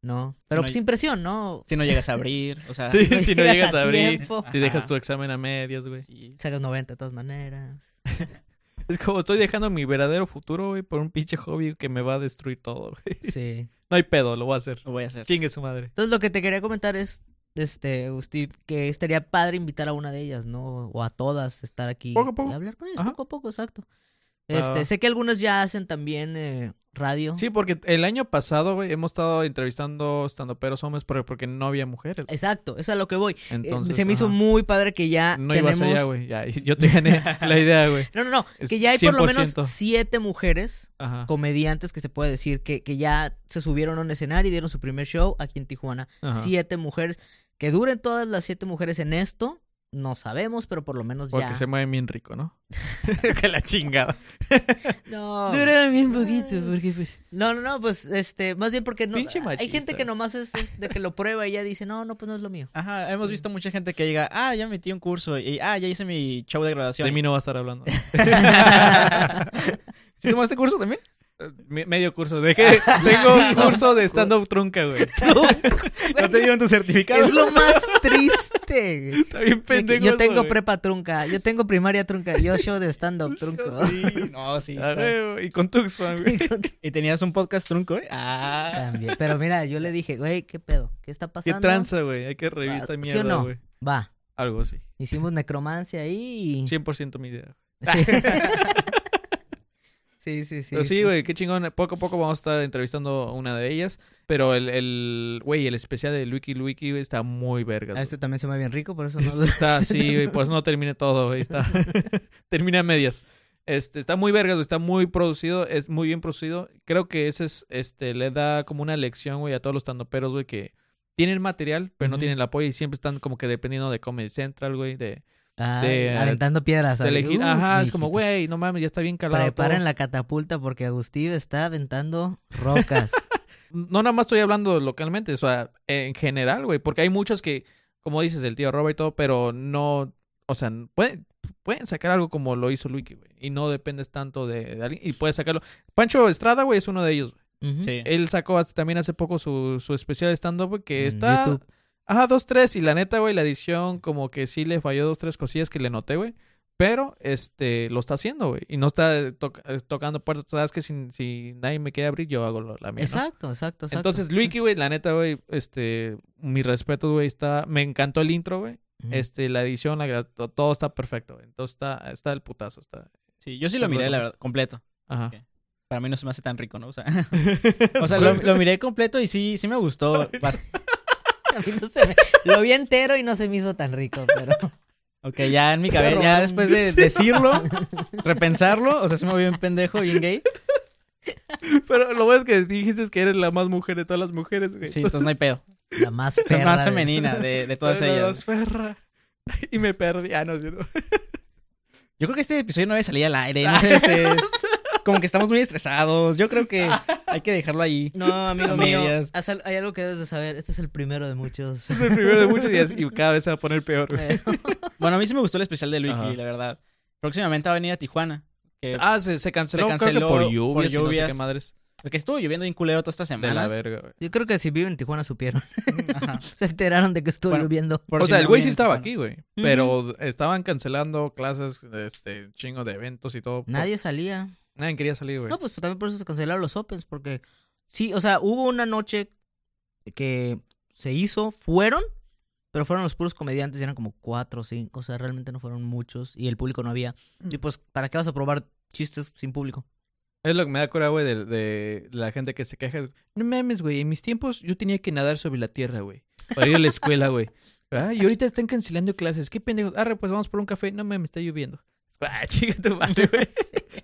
¿no? Pero
no
pues
hay-
impresión, ¿no?
Si no llegas a abrir, o sea...
Sí, si no llegas a abrir,
tiempo,
si dejas
Ajá.
tu examen a medias, güey.
sí.
Sacas 90 de todas maneras.
Es como estoy dejando mi verdadero futuro, güey, por un pinche hobby que me va a destruir todo, güey.
Sí.
No hay pedo, lo voy a hacer.
Lo voy a hacer.
Chingue su madre.
Entonces lo que te quería comentar es, este, Agustín, que estaría padre invitar a una de ellas, ¿no? O a todas, estar aquí
Poco a poco.
y hablar con ellas,
Ajá.
poco a poco, exacto.
Va,
Este,
va.
sé que algunos ya hacen también eh, radio.
Sí, porque el año pasado, güey, hemos estado entrevistando estandoperos hombres pero porque no había mujeres.
Exacto, es a lo que voy. Eh,
Entonces,
se me hizo
ajá.
muy padre que ya
No iba a
tenemos...
ser ya, güey. Ya, yo te gané la idea, güey.
No, no, no,
Es
que ya hay por lo menos
100%.
siete mujeres
Ajá.
comediantes que se puede decir que, que ya se subieron a un escenario y dieron su primer show aquí en Tijuana.
ajá.
Siete mujeres. Que duren todas las siete mujeres en esto, no sabemos, pero por lo menos
Porque
ya.
se mueven bien rico, ¿no? que la chingada.
No.
Duraron bien
poquito,
porque pues...
No, no, no, pues este, más bien porque no.
Pinche
Hay gente
machista.
que nomás es, es de que lo prueba y ya dice, no, no, pues no es lo mío.
Ajá, hemos visto mucha gente que llega, ah, ya metí un curso, y ah, ya hice mi show de graduación.
De mí no va a estar hablando.
¿Sí tomaste curso también?
Me- medio curso. ¿De qué? Tengo un curso de stand-up trunca, güey.
¿No te dieron tu certificado?
es lo más triste. güey.
Está bien
De que
pendejo.
Yo
eso,
tengo
güey.
prepa trunca, yo tengo primaria trunca, yo show de stand-up trunco.
Sí, no, sí.
Ah,
está.
güey, Y con Tucson, güey.
¿Y tenías un podcast trunco? eh? Ah.
También. Pero mira, yo le dije, güey, ¿qué pedo? ¿Qué está
Qué
pasando?
tranza, güey. Hay que
Va,
revisar esta
Ah, ¿sí o
mierda,
no?
güey.
Va,
Algo así.
hicimos necromancia ahí. y-
100% mi idea.
Sí. sí, sí, sí.
Pero sí,
sí.
güey, qué chingón. Poco a poco vamos a estar entrevistando a una de ellas. Pero el, el güey, el especial de Luiki Luiki güey, está muy verga.
Ah,
güey.
Este también se me ve bien rico, por eso no.
Está así, güey, pues no termina todo, güey. Está... termina a medias. Este, está muy vergas, güey, está muy producido, es muy bien producido. Creo que ese es, este, le da como una lección, güey, a todos los tandoperos, güey, que tienen material, pero no
Ujú.
tienen el apoyo y siempre están como que dependiendo de Comedy Central, güey, de,
Ah,
de-
aventando piedras.
de
¿sabes?
elegir.
Uf,
Ajá, es como,
uh, mijito.
güey, no mames, ya está bien calado.
Preparen
todo".
la catapulta porque Agustín está aventando rocas.
No nada más estoy hablando localmente, o sea, en general, güey, porque hay muchos que, como dices, el tío Robert y todo, pero no, o sea, pueden, pueden sacar algo como lo hizo Luigi, güey, y no dependes tanto de, de alguien, y puedes sacarlo. Pancho Estrada, güey, es uno de ellos.
Ujú.
Sí.
Él sacó hace- también hace poco su, su especial de stand-up, güey, que
En
está...
YouTube.
Ajá, dos, tres. Y la neta, güey, la edición como que sí le falló dos, tres cosillas que le noté, güey. Pero, este, lo está haciendo, güey. Y no está toc- eh, tocando puertas. Sabes que si, si nadie me quiere abrir, yo hago lo- la mía, ¿no?
Exacto, exacto, exacto.
Entonces, Luiki, güey, la neta, güey, este, mi respeto, güey, está... Me encantó el intro, güey.
Ujú.
Este, la edición, la gra- to- todo está perfecto, güey. Entonces, está, está el putazo, está...
Sí, yo sí lo
Sí,
miré,
bueno.
la verdad, completo.
Ajá.
Ok. Para mí no se me hace tan rico, ¿no? O sea, o sea, lo, lo miré completo y sí, sí me gustó. bast-
A mí no se me- Lo vi entero y no se me hizo tan rico, pero...
Ok, ya en mi cabeza, ya después de decirlo, repensarlo, o sea, se me vio un pendejo bien gay.
Pero lo bueno es que dijiste que eres la más mujer de todas las mujeres, güey.
Sí, entonces no hay pedo.
La más
La
perra.
más
de-
femenina de, de todas
Soy la
ellas.
más ferra. Y me perdí. Ah, no, es cierto.
Yo creo que este episodio no debe salir al aire, no sé, este, es- como que estamos muy estresados. Yo creo que hay que dejarlo ahí.
No, amigo
A
mío,
medias.
haz al- hay algo que debes de saber. Este es el primero de muchos.
Es el primero de muchos días y cada vez se va a poner peor, güey.
Eh,
Bueno, a mí sí me gustó el especial de Luigi,
Ajá.
la verdad. Próximamente va a venir a Tijuana. Que,
Ah, se, se canceló,
Se
creo que
canceló
por
por
lluvias, y no sé
lluvias.
qué madres.
porque estuvo lloviendo bien culero toda esta
De la
semana.
verga, güey.
Yo creo que si viven en Tijuana supieron. Se enteraron de que estuvo
Bueno,
lloviendo.
O sea, el güey sí estaba aquí, güey. Pero estaban cancelando clases, este, chingo de eventos y todo. por-
Nadie salía.
Nadie quería salir, güey.
No, pues también por eso se cancelaron los Opens, porque sí, o sea, hubo una noche que se hizo, fueron, pero fueron los puros comediantes, y eran como cuatro o cinco, o sea, realmente no fueron muchos y el público no había. Y pues, ¿para qué vas a probar chistes sin público?
Es lo que me da cura, güey, de, de la gente que se queja. No mames, güey. En mis tiempos yo tenía que nadar sobre la tierra, güey. Para ir a la escuela, güey. Ah, y ahorita están cancelando clases. Qué pendejos. Arre, pues vamos por un café. No mames, está lloviendo. Ah, chica tu madre, güey.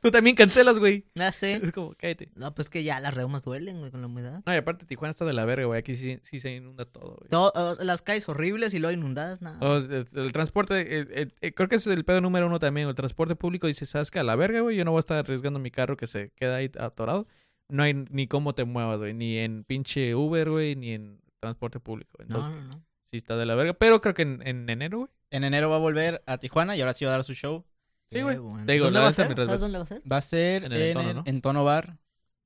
Tú también cancelas, güey.
No sé.
Es como, cállate.
No, pues que ya las reumas duelen, güey, con la humedad.
No, y aparte Tijuana está de la verga, güey. Aquí sí, sí se inunda todo, güey.
Todo- o- las calles horribles y luego inundadas, nada.
O sea, el, el transporte, eh, eh, eh, creo que ese es el pedo número uno también. El transporte público dice, ¿sabes qué? A la verga, güey, yo no voy a estar arriesgando mi carro que se queda ahí atorado. No hay ni cómo te muevas, güey, ni en pinche Uber, güey, ni en transporte público.
no,
Entonces,
no, no.
sí está de la verga. Pero creo que en, en enero, güey.
En enero va a volver a Tijuana y ahora sí va a dar su show.
Sí, güey.
Qué bueno.
Te digo,
¿Dónde
la
va a
neta,
ser?
mi
¿Sabes
respeto.
dónde va a ser?
Va a ser en,
En el Entono,
el-
¿no?
en Tono Bar.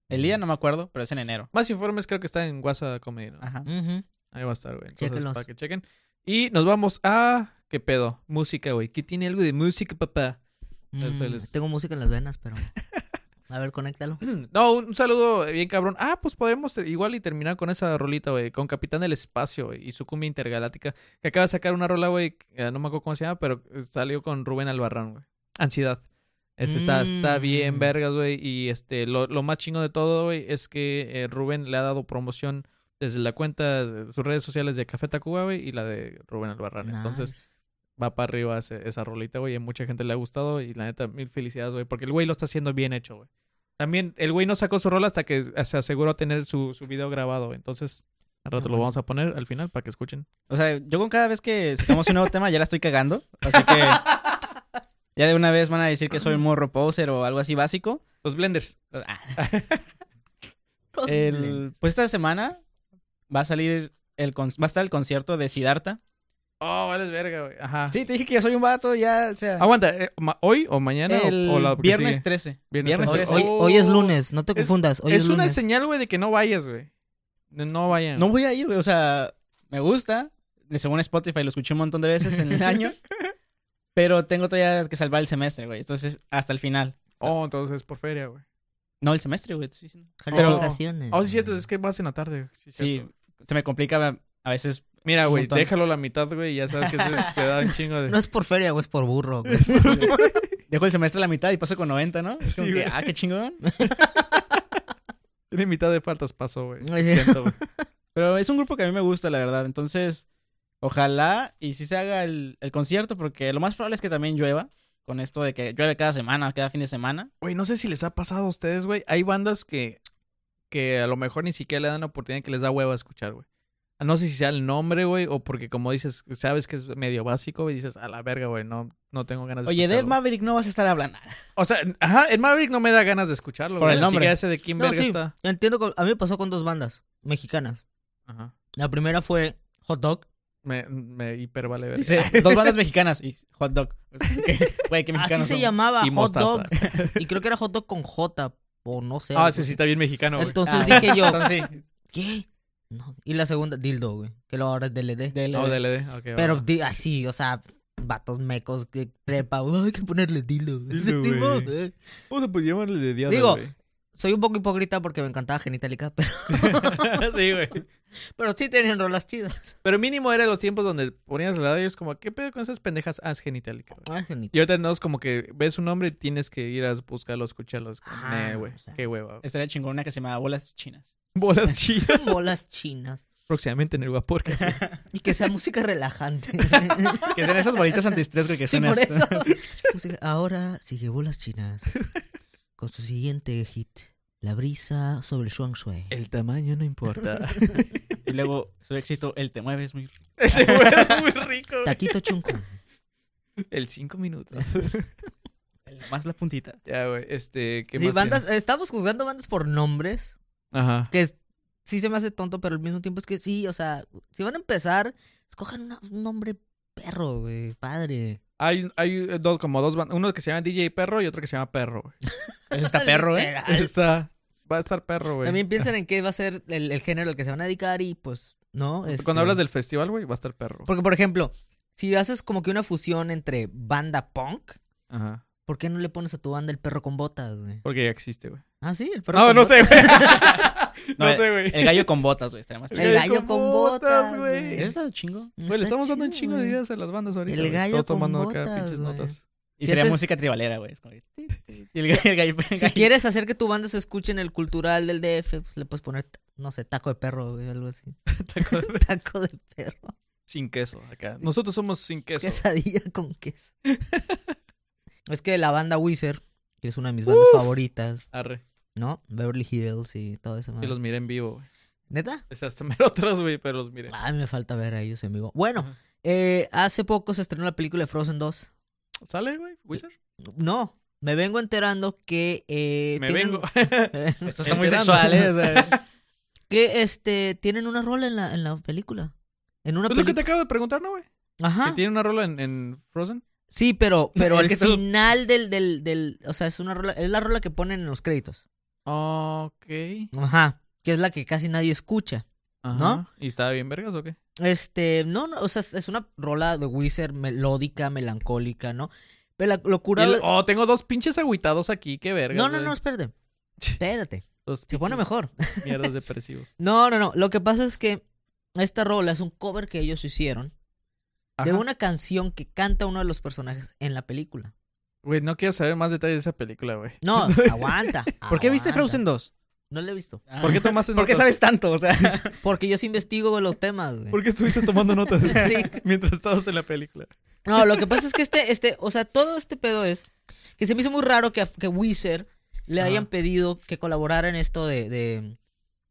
El día no me acuerdo, pero es en enero.
Más informes creo que está en WhatsApp Comedy, ¿no?
Ajá.
Ujú.
Ahí va a estar, güey. Entonces,
Chéquenlos.
para que chequen. Y nos vamos a... ¿Qué pedo? Música, güey. ¿Qué tiene algo de música, papá? Entonces,
Mm,
él es-
Tengo música en las venas, pero... A ver, conéctalo.
No, un un saludo bien cabrón. Ah, pues podremos eh, igual y terminar con esa rolita, güey. Con Capitán del Espacio, güey. Y su cumbia intergaláctica. Que acaba de sacar una rola, güey. que, eh, No me acuerdo cómo se llama, pero eh, salió con Rubén Albarrán, güey. Ansiedad. Es- está, está bien
Mm.
vergas, güey. Y este, lo, lo más chingo de todo, güey, es que eh, Rubén le ha dado promoción desde la cuenta de sus redes sociales de Café Tacuba, güey, y la de Rubén Albarrán. Entonces,
Nice.
va para arriba ese- esa rolita, güey. y A mucha gente le ha gustado y la neta, mil felicidades, güey. Porque el güey lo está haciendo bien hecho, güey. También el güey no sacó su rol hasta que se aseguró tener su, su video grabado. Entonces, al rato lo
Qué bueno.
vamos a poner al final para que escuchen.
O sea, yo con cada vez que sacamos un nuevo tema ya la estoy cagando. Así que ya de una vez van a decir que soy un morro poser o algo así básico.
Los blenders.
El- pues esta semana va a salir el con- va a estar el concierto de Sidarta.
Oh, vales verga, güey. Ajá.
Ah. Sí, te dije que yo soy un vato, ya, o sea,
Aguanta, eh, ma- ¿hoy o mañana o-
el
o, la que
viernes
sigue?
13.
Viernes
Viernes
Hoy,
13.
13.
Este, hoy-
Oh.
hoy es lunes, no te
Es-
confundas. Hoy es,
Es una
lunes.
señal, güey, de que no vayas, güey. De No vayan.
No voy a ir, güey, o sea, me gusta, de según Spotify lo escuché un montón de veces en el año, pero tengo todavía que salvar el semestre, güey. Entonces, hasta el final.
Oh, entonces es por feria, güey.
No, el semestre, güey. estoy diciendo. Pero-
Calificaciones.
Oh, sí, cierto, es que vas en la tarde. güey. Sí,
Sí,
cierto.
se me complica a veces.
Mira, güey,
montón.
déjalo a la mitad, güey, y ya sabes que se te da un chingo de...
No es por feria, güey, es por burro. güey.
Dejo el semestre a la mitad y paso con 90, ¿no? Es
Sí,
como que,
güey.
ah, qué chingón.
Tiene mitad de faltas pasó, güey.
Oye.
Siento, güey.
Pero es un grupo que a mí me gusta, la verdad. Entonces, ojalá y si se haga el, el concierto, porque lo más probable es que también llueva. Con esto de que llueve cada semana, cada fin de semana.
Güey, no sé si les ha pasado a ustedes, güey. Hay bandas que, que a lo mejor ni siquiera le dan la oportunidad que les da hueva escuchar, güey. Ah, No sé si sea el nombre, güey, o porque como dices, sabes que es medio básico, güey, dices, a la verga, güey, no, no tengo ganas de
Oye, Dead
escucharlo".
Maverick no vas a estar hablando.
O sea, ajá, el Maverick no me da ganas de escucharlo,
Por
güey.
el
Ni
nombre.
siquiera sé de quién
No,
verga
sí.
está.
Entiendo, que- a mí me pasó con dos bandas mexicanas.
Ajá.
La primera fue Hot Dog.
Me, me hipervale verga.
Dice, dos bandas mexicanas y hot dog. ¿Qué? Güey, qué
Así
mexicanos
se
somos.
llamaba
y
Hot
mostaza.
Dog. Y creo que era Hot Dog con J o no sé.
Ah,
algo
sí, sí,
así.
está bien mexicano, güey.
Entonces
Ah,
dije yo,
Entonces, sí.
¿qué? No. Y la segunda, dildo, güey. Que lo ahora es DLD.
DLD.
No, DLD. ok,
Pero,
va.
di- ay, sí, o sea, vatos mecos que prepa, güey, hay que ponerle dildo. güey.
Dildo,
Sí,
güey.
vos, eh.
¿Cómo se puede pues, llamarle de diablo,
Digo-
güey?
Soy un poco hipócrita porque me encantaba Genitalica, pero,
sí, güey.
pero sí tenían rolas chidas.
Pero mínimo eran los tiempos donde ponías la radio y es como, ¿qué pedo con esas pendejas? Ah, es genitálica. güey.
Ah, Genit-
Y ahorita no es como que ves un nombre y tienes que ir a buscarlo, escucharlo. Es como,
Ah,
"Nah, güey,
o sea.
qué hueva.
Estaría chingón una que se llamaba Bolas Chinas.
Bolas chillas.
Bolas chinas.
Próximamente en el vapor.
Y que sea música relajante.
Que sean esas bolitas antiestrés, güey, que
sí,
son este,
por
estas.
eso. Música- Ahora sigue Bolas chinas con su siguiente hit. La brisa sobre el Shuang Shui.
El tamaño no importa.
Y luego su éxito, El Te Mueves, muy rico.
Ese güey es muy rico. güey.
Taquito Chuncun.
El cinco minutos.
Más la puntita.
ya, güey. Este, ¿qué
Sí,
más
bandas, estamos juzgando bandas por nombres.
tienes? Ajá.
que es- sí se me hace tonto, pero al mismo tiempo es que sí, o sea, si van a empezar, escojan una- un nombre perro, güey, padre.
Hay, hay dos, como dos bandas. Uno que se llama DJ Perro y otro que se llama Perro, güey.
Eso está perro, ¿eh?
Literal.
Eso Está, va a estar Perro, güey.
Ah, También piensen en qué va a ser el, el género al que se van a dedicar y pues, ¿no? Este,
Cuando hablas del festival, güey, va a estar Perro.
Porque, por ejemplo, si haces como que una fusión entre banda punk,
Ajá.
¿por qué no le pones a tu banda el perro con botas, güey?
Porque ya existe, güey.
Ah, sí, el perro
No,
con
no
botas.
sé, güey. no,
No,
sé, güey.
El gallo con botas, güey. Estaría más
El gallo con botas,
¿Eso está chingo?
Güey, le
Está
estamos dando un
chido,
chingo de
güey.
ideas a las bandas ahorita.
El
güey.
gallo
Todos
con
tomando acá
botas,
pinches
güey.
notas.
Y
Si
sería
haces-
música tribalera, güey. Es como que ti, ti, Y el gallo, el gallo- el
Si
gallo-
quieres hacer que tu banda se escuche en el cultural del DF, pues le puedes poner, no sé, taco de perro, güey, algo así.
Tacos de-
Taco de perro.
sin queso acá. Nosotros somos sin queso.
Quesadilla con queso. es que la banda Wizard, que es una de mis bandas favoritas,
Arre.
¿no? Beverly Hills y todo eso.
Y los miré en vivo, güey.
¿Neta?
O sea, hasta mero atrás, güey, pero los miré.
Ay, me falta ver a ellos en vivo. Bueno,
Ajá.
eh, hace poco se estrenó la película de Frozen 2.
¿Sale, güey? ¿Wizard?
No, me vengo enterando que... eh,
Me
tienen-
vengo.
Esto está muy
Enterando.
sexual, ¿eh? O sea,
que este, tienen una rola en la, en la película. En una
Es lo que te
película... Ah.
acabo de preguntar, ¿no, güey? Que
Ajá.
tiene una rola en, en Frozen.
Sí, pero, pero
Es
al
que tú-
final del, del, del... O sea, es una rola... Es la rola que ponen en los créditos.
Ok.
Ajá. Que es la que casi nadie escucha.
Ajá.
¿No?
¿Y estaba bien vergas o qué?
Este, no, no, o sea, es- es una rola de Wizard melódica, melancólica, ¿no? Pero la
Y
locura.
el- Oh, tengo dos pinches agüitados aquí, qué vergas.
no, no,
güey.
no, espérate. Espérate.
Dos
Se pone
pinches
mejor.
Mierdas depresivos.
No, no, no. Lo que pasa es que esta rola es un cover que ellos hicieron de
Ajá.
una canción que canta uno de los personajes en la película.
Güey, no quiero saber más detalles de esa película, güey.
No, aguanta.
¿Por qué viste
aguanta.
Frozen 2?
No la he visto.
Ah.
¿Por qué tomaste
¿Por qué
notas?
sabes tanto? O sea,
Porque yo sí investigo los temas, güey.
¿Por qué estuviste tomando notas
Sí.
mientras estabas en la película?
No, lo que pasa es que este, este, o sea, todo este pedo es que se me hizo muy raro que, a- que Wizard le
Ajá.
hayan pedido que colaborara en esto de, de,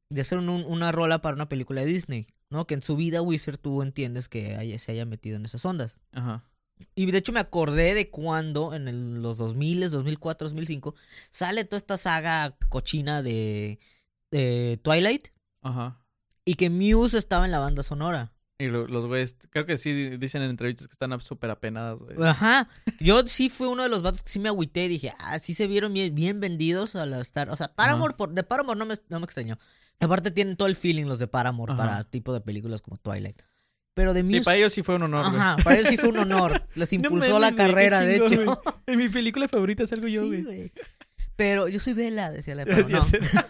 de hacer un- un- una rola para una película de Disney, ¿no? Que en su vida Wizard tú entiendes que haya- se haya metido en esas ondas.
Ajá.
Y de hecho me acordé de cuando en el- los 2000, 2004, 2005, sale toda esta saga cochina de, de Twilight
Ajá.
y que Muse estaba en la banda sonora.
Y lo- los güeyes, creo que sí di- dicen en entrevistas que están súper apenadas, güey.
Ajá. Yo sí fui uno de los vatos que sí me agüité y dije, ah, sí se vieron bien, bien vendidos al estar. O sea, Paramore, por, de Paramore no me, no me extrañó. Aparte tienen todo el feeling los de Paramore
Ajá.
para tipo de películas como Twilight. Pero de Muse...
Y para ellos sí fue un honor, güey.
Ajá, para ellos sí fue un honor. Les
No
impulsó
mames,
la
güey, qué
carrera, de
chingón,
hecho.
güey. En mi película favorita salgo yo,
Sí,
güey.
güey. Pero yo soy Vela, decía la de
Así
Paramore.
es.
No.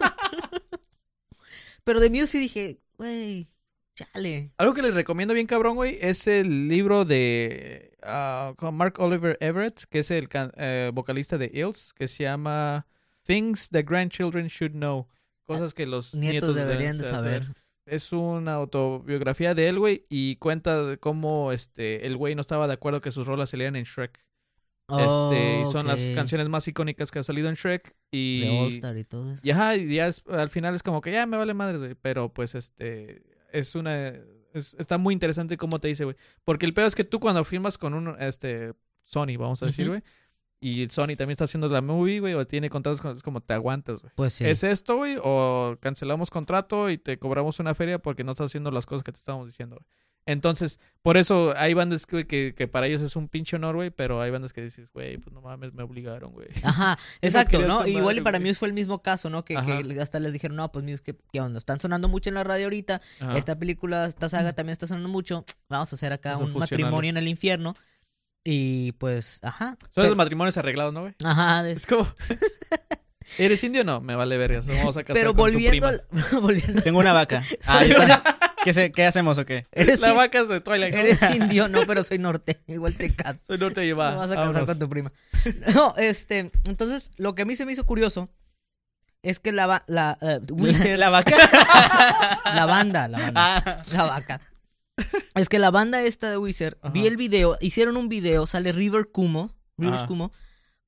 Pero de Muse sí dije, güey, chale.
Algo que les recomiendo bien cabrón, güey, es el libro de ah, con Mark Oliver Everett, que es el can- eh, vocalista de Ills, que se llama Things the Grandchildren Should Know. Cosas que los
Nietos, deberían de saber.
Es una autobiografía de él, güey, y cuenta de cómo este el güey no estaba de acuerdo que sus rolas salieran en Shrek. Este, y son las
Ok.
canciones más icónicas que ha salido en Shrek y
De All Star y todo eso.
y ajá, y ya es- al final es como que ya me vale madre, güey. Pero pues este. Es una. es- está muy interesante cómo te dice, güey. Porque el peor es que tú cuando firmas con un. Este. Sony, vamos a decir,
Ujú.
güey. Y Sony también está haciendo la movie, güey. O tiene contratos con. Es como te aguantas, güey.
Pues sí.
¿Es esto, güey? O cancelamos contrato y te cobramos una feria porque no estás haciendo las cosas que te estábamos diciendo, güey. Entonces, por eso hay bandas que, que, que para ellos es un pinche honor, güey, pero hay bandas que dices, güey, pues no mames, me obligaron, güey.
Ajá,
no
exacto,
quería
¿no?
esta
Igual y
madre,
para
güey.
Muse fue el mismo caso, ¿no? Que,
Ajá.
que hasta les dijeron, no, pues Muse, ¿qué, qué onda? Están sonando mucho en la radio ahorita,
Ajá.
esta película, esta saga también está sonando mucho, vamos a hacer acá
Vamos a
un matrimonio
fusionarlos.
en el infierno. Y pues,
Son
ajá.
Pues,
Pe-
esos matrimonios arreglados, ¿no, güey?
Ajá, de-
Es como, ¿eres indio? No, me vale verga, nos vamos a casar
pero
con tu
volviendo,
prima.
al- volviendo
Tengo una vaca. Ah,
Soy
yo-
una-
¿Qué, se- qué hacemos o qué?
eres,
La
in-
vaca es de Twilight, ¿no?
eres indio, no, pero soy norte, igual te caso.
Soy norte y
Te
va.
vas a casar
vámonos.
con tu prima. No, este, entonces, lo que a mí se me hizo curioso es que la, ba- la, eh, Wizards-
La vaca.
la banda, la banda.
Ah.
La vaca. Es que la banda esta de Wizard,
Ajá.
vi el video, hicieron un video, sale River Kumo, Rivers
Ajá.
Cuomo,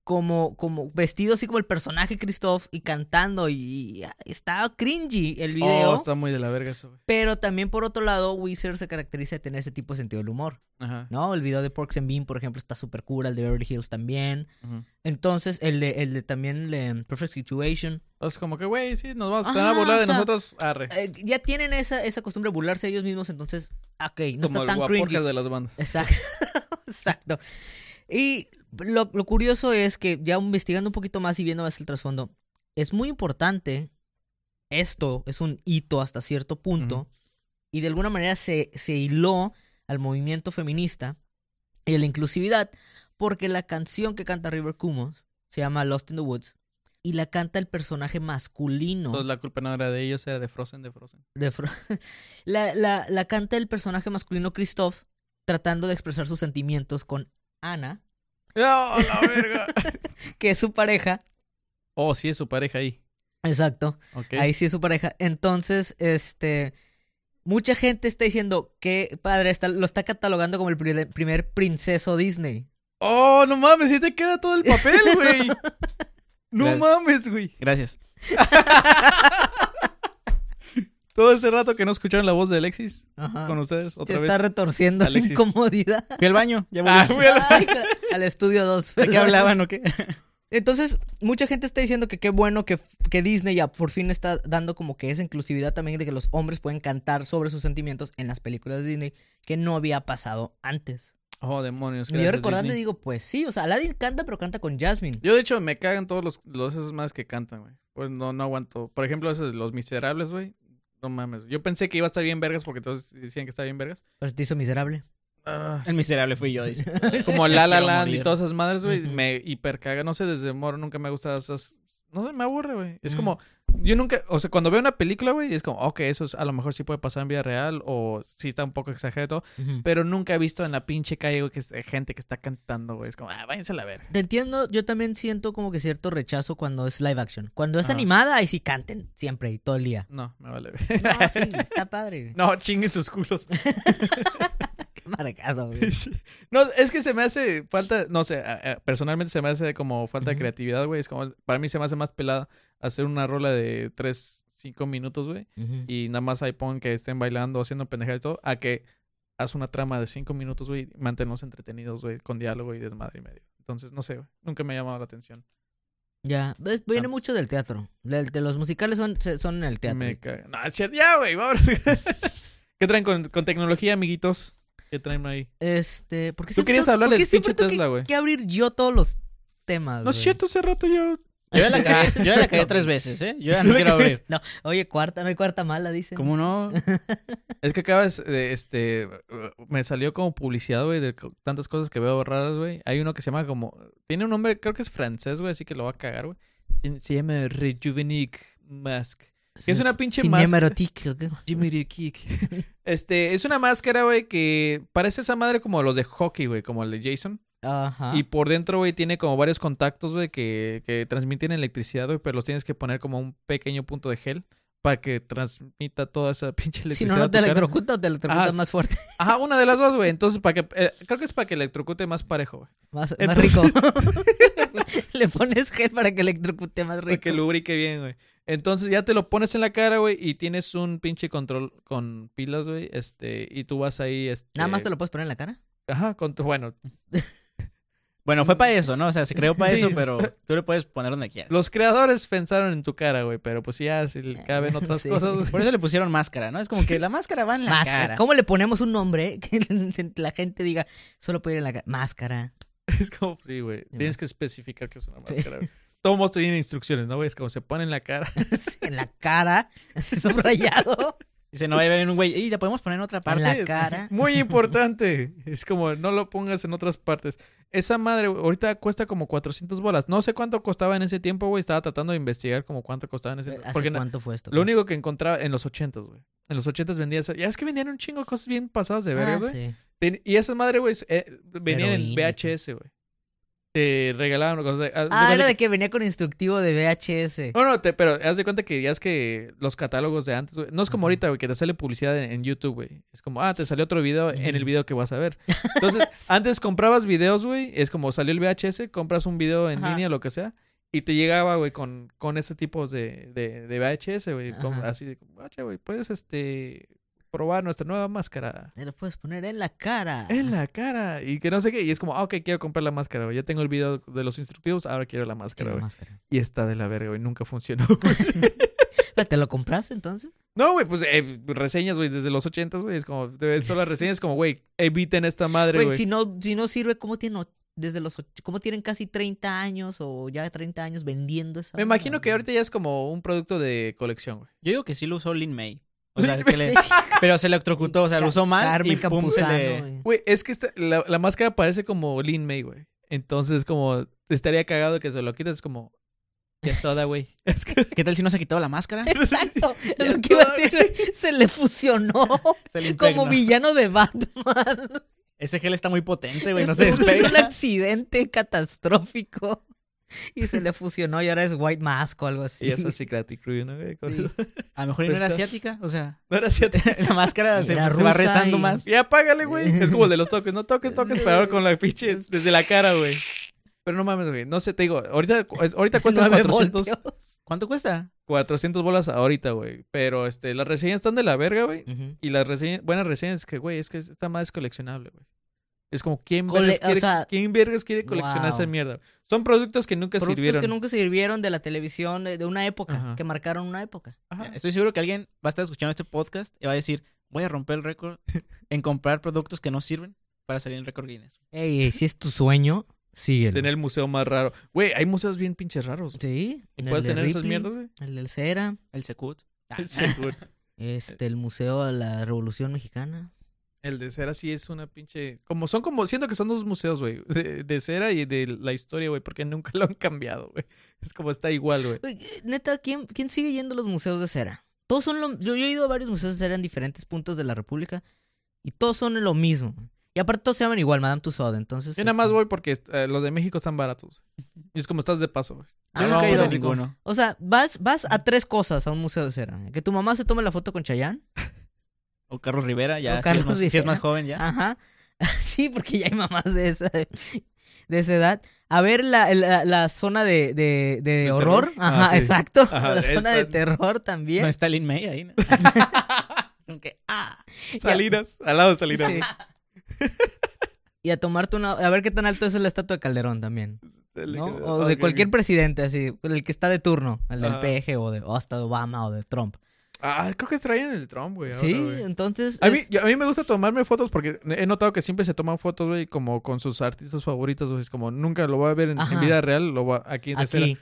como, como vestido así como el personaje Christoph y cantando y, y ah, está cringy el video.
Oh, está muy de la verga eso, güey.
Pero también por otro lado, Wizard se caracteriza de tener ese tipo de sentido del humor,
Ajá.
¿no? El video de Porks and Bean, por ejemplo, está súper cool, el de Beverly Hills también.
Ujú.
Entonces, el de, el de también el de Perfect Situation.
Es como que, güey, sí, nos vamos a,
Ajá,
a burlar
o
de
sea,
nosotros, arre.
Eh, ya tienen esa, esa costumbre de burlarse de ellos mismos, entonces, ok,
como
no está
el
tan
guaporcas
cringy.
de las bandas.
Exacto. Exacto. Y lo, lo curioso es que ya investigando un poquito más y viendo más el trasfondo, es muy importante. Esto es un hito hasta cierto punto. Y de alguna manera se, se hiló al movimiento feminista y a la inclusividad. Porque la canción que canta River Cuomo se llama Lost in the Woods. Y la canta el personaje masculino.
Entonces la culpa no era de ellos, era de Frozen, de Frozen.
De Fro- la, la, la canta el personaje masculino Christoph tratando de expresar sus sentimientos con Ana,
¡No, la verga!
que es su pareja.
oh, sí, es su pareja ahí.
Exacto.
Ok.
Ahí sí es su pareja. Entonces, este. Mucha gente está diciendo que padre, está, lo está catalogando como el primer, primer princeso Disney.
¡Oh, no mames! ¡Sí te queda todo el papel, güey! ¡No
Gracias.
mames, güey!
Gracias.
Todo ese rato que no escucharon la voz de Alexis
Ajá.
con ustedes
Se
otra
Ah, está
vez.
retorciendo la
Alexis.
incomodidad.
Fui al baño. Ya volví.
Ah, güey, la-
Ay, al estudio 2.
¿De qué hablaban o qué?
Entonces, mucha gente está diciendo que qué bueno que, que Disney ya por fin está dando como que esa inclusividad también de que los hombres pueden cantar sobre sus sentimientos en las películas de Disney, que no había pasado antes.
Oh, demonios.
y yo
gracias,
recordando
Disney.
digo, pues sí, o sea, Aladdin canta, pero canta con Jasmine.
Yo, de hecho, me cagan todos los, los esos más que cantan, güey. Pues no, no aguanto. Por ejemplo, esos de Los Miserables, güey. No mames. Yo pensé que iba a estar bien vergas porque todos decían que estaba bien vergas.
Pero Pues te hizo miserable.
Ah,
El miserable fui yo, dice.
como La La
Quiero
Land y
morir.
todas esas madres, güey,
Ujú.
me hipercaga. No sé, desde moro nunca me ha gustado esas... No sé, me aburre, güey. Es
Ujú.
como... Yo nunca... O sea, cuando veo una película, güey, es como... Ok, eso es- a lo mejor sí puede pasar en vida real o sí está un poco exagerado.
Ujú.
Pero nunca he visto en la pinche calle, güey, que es- gente que está cantando, güey. Es como... Ah, váyanse a la verga.
Te entiendo, yo también siento como que cierto rechazo cuando es live action. Cuando es
Ajá.
animada, ahí sí canten, siempre y todo el día.
No, me vale.
No, sí, está padre.
No, chinguen sus culos.
Qué marcado, güey.
No, es que se me hace falta, no sé, a- a- personalmente se me hace como falta de
Ujú.
creatividad, güey. Es como, para mí se me hace más pelada hacer una rola de tres, cinco minutos, güey.
Ujú.
Y nada más ahí pon que estén bailando, haciendo pendejadas y todo, a que haz una trama de cinco minutos, güey, y manténlos entretenidos, güey, con diálogo y desmadre y medio. Entonces, no sé, güey, nunca me ha llamado la atención.
Ya, ves, viene
Vamos.
mucho del teatro. Del- De, los musicales son, se- son en el teatro.
Me caga. No, es cierto, ya, güey, vámonos. ¿Qué traen con, con tecnología, amiguitos? ¿Qué traen ahí?
Este, porque
Tú querías hablar del pinche Tesla,
que,
güey.
que abrir yo todos los temas.
No es
güey?
cierto, hace rato yo
Yo ya la cagué, yo ya la cagué tres veces, ¿eh? Yo ya no quiero abrir.
No, oye, cuarta, no hay cuarta mala, dice.
¿Cómo no?
Es que acabas, de, este, eh, me salió como publicidad, güey, de co- tantas cosas que veo raras, güey. Hay uno que se llama como, tiene un nombre, creo que es francés, güey, así que lo va a cagar, güey. Tien- Se llama Rejuvenic Mask. Que es una pinche
Cinema
máscara.
erotique, ¿o qué?
Jimmy Kick. Este, es una máscara, güey, que parece esa madre como los de hockey, güey, como el de Jason.
Ajá.
Y por dentro, güey, tiene como varios contactos, güey, que, que transmiten electricidad, güey, pero los tienes que poner como un pequeño punto de gel para que transmita toda esa pinche
si
electricidad.
no, no
a
te
tu cara.
electrocuta o te electrocuta
Ah,
más
sí.
fuerte.
Ajá, una de las dos, güey. Entonces, para que. eh, creo que es para que electrocute más parejo, güey.
Más,
Entonces-
más rico. Le pones gel para que electrocute más
Para
rico.
que lubrique bien, güey. Entonces ya te lo pones en la cara, güey, y tienes un pinche control con pilas, güey. Este, y tú vas ahí, este.
Nada más te lo puedes poner en la cara.
Ajá, con tu. Bueno.
Bueno, fue para eso, ¿no? O sea, se creó para
Sí,
eso,
sí.
pero tú le puedes poner donde quieras.
Los creadores pensaron en tu cara, güey, pero pues ya si le caben otras
Eh, Sí.
cosas. güey.
Por eso le pusieron máscara, ¿no? Es como que la máscara va en la
Máscara.
cara.
¿Cómo le ponemos un nombre eh? que la gente diga solo puede ir en la cara? Máscara.
Es como, sí, güey. Tienes que especificar que es una
Sí.
máscara. güey. Todo mundo tiene instrucciones, ¿no, güey? Es como se pone en la cara.
Sí, en la cara, así subrayado.
Dice, no va a venir un güey. Y la podemos poner en otra parte.
en la cara.
Muy importante. Es como, no lo pongas en otras partes. Esa madre, güey, ahorita cuesta como 400 bolas. No sé cuánto costaba en ese tiempo, güey. Estaba tratando de investigar como cuánto costaba en ese tiempo.
Eh, ¿Hace
Porque na-
cuánto fue esto?
lo único que encontraba en los 80s, güey. En los 80s vendía esa. Ya es que vendían un chingo de cosas bien pasadas de verga,
Ah,
güey.
sí.
Ten- Y esas madres, güey, eh, venían en
Heroína y todo.
VHS, güey. Te regalaban cosas. haz de
Ah,
cuenta
era
que-
de que venía con instructivo de VHS.
No, no, te- pero haz de cuenta que ya es que los catálogos de antes, güey, no es como
Ujú.
ahorita, güey, que te sale publicidad en, en YouTube, güey. Es como, ah, te salió otro video en el
Ujú.
video que vas a ver. Entonces, antes comprabas videos, güey, es como salió el VHS, compras un video en
Ajá.
línea, lo que sea, y te llegaba, güey, con, con ese tipo de, de, de VHS, güey. como
Ajá.
Así de, "Oye, güey, puedes, este, probar nuestra nueva máscara.
Te lo puedes poner en la cara.
En la cara. Y que no sé qué. Y es como, ah, ok, quiero comprar la máscara, güey. Ya tengo el video de los instructivos, ahora quiero la máscara,
Quiero
güey.
máscara.
Y está de la verga, güey. Nunca funcionó.
Pero, ¿Te lo compraste entonces?
No, güey, pues eh, reseñas, güey, desde los ochentas, güey. Es como, de todas las reseñas, como, güey, eviten esta madre,
Güey,
güey.
si no, si no sirve, ¿cómo tienen, och- desde los och- cómo tienen casi 30 años o ya 30 años vendiendo esa
Me
madre,
imagino que
güey?
ahorita ya es como un producto de colección, güey.
Yo digo que sí lo usó Lin May. O sea, que le- Pero se electrocutó, o sea, lo usó mal.
Carmen
y pum, se
Campuzano.
le-
güey.
Güey, es que esta- la, la máscara parece como Lin May, güey. Entonces, como, estaría cagado que se lo quites, como, ya es toda, güey. Es que
¿Qué tal si no se ha quitado la máscara?
Exacto, es lo que iba a decir. güey. Se le fusionó
Se le impregnó.
como villano de Batman.
Ese gel está muy potente, güey. No se
Estuvo en un
despega.
accidente catastrófico y se le fusionó y ahora es White Mask o algo así.
Y eso sí, Creative Crew, ¿no, güey? Como-
Sí.
A lo mejor y no
Pues
era
está-
asiática, o sea.
No era asiático.
La máscara se,
Era
se va
rusa
rezando
y-
más.
Ya apágale, güey. Es como el de los toques. No toques, toques, pero ahora con la pinche desde la cara, güey. Pero no mames, güey. No sé, te digo, ahorita, ahorita cuesta
Nueve
400...
voltios.
¿Cuánto cuesta?
400 bolas ahorita, güey. Pero este, las reseñas están de la verga, güey. Y las reseñas, buenas reseñas es que, güey, es que esta madre es coleccionable, güey. Es como, ¿quién
Cole-
vergas
o
quiere,
sea,
¿quién vergas quiere coleccionar
wow.
esa mierda? Son productos que nunca
Productos
sirvieron.
que nunca sirvieron de la televisión eh, de una época,
Ajá.
que marcaron una época.
Ajá.
Estoy seguro que alguien va a estar escuchando este podcast y va a decir, voy a romper el récord en comprar productos que no sirven para salir en el récord Guinness.
Ey, ey, si es tu sueño, síguelo.
Tener el museo más raro. Güey, hay museos bien pinches raros. güey.
Sí.
¿Y
el
puedes
de
tener esas
Ripley, Ah.
mierdas, güey?
El del Cera,
El Secut.
Sí, güey.
este, el Museo de la Revolución Mexicana.
El de cera sí es una pinche... Como son como... Siento que son dos museos, güey. De, de cera y de la historia, güey. Porque nunca lo han cambiado, güey. Es como está igual, güey.
Güey, eh, Neta, ¿quién, ¿quién sigue yendo a los museos de cera? Todos son lo... yo, yo he ido a varios museos de cera en diferentes puntos de la República y todos son lo mismo. Y aparte todos se llaman igual, Madame Tussauds, entonces...
Yo nada más
este,
voy porque eh, los de México están baratos. Y es como estás de paso, güey.
Ah,
Yo
no,
nunca he ido a
pues,
ninguno.
O sea, vas, vas a tres cosas a un museo de cera. Que tu mamá se tome la foto con Chayanne.
O Carlos Rivera, Ah,
O
ya. si,
Carlos
es más, si es más
Rivera.
joven, ya.
Ajá. Sí, porque ya hay mamás de esa, de esa edad. A ver la, la, la zona de, de, de
¿De
horror.
terror?
Ajá,
Ah, sí.
exacto.
Ajá,
la zona de
esta-
terror también.
No está Lin May ahí. ¿no? Como que, ah.
Salinas, al lado de Salinas.
Sí.
güey.
Y a tomarte una... A ver qué tan alto es la estatua de Calderón también.
Dale,
¿no?
que-
O
ok,
de
ok.
cualquier presidente, así. El que está de turno. El del
Ajá.
PG o, de, o hasta de Obama o de Trump.
Ah, creo que traen el Trump, güey. ahora,
sí,
güey.
entonces...
A mí,
es-
yo- a mí me gusta tomarme fotos porque he notado que siempre se toman fotos, güey, como con sus artistas favoritos, güey. Es como nunca lo voy a ver en, en
Ajá.
vida real, lo voy a- aquí en escena.
Aquí.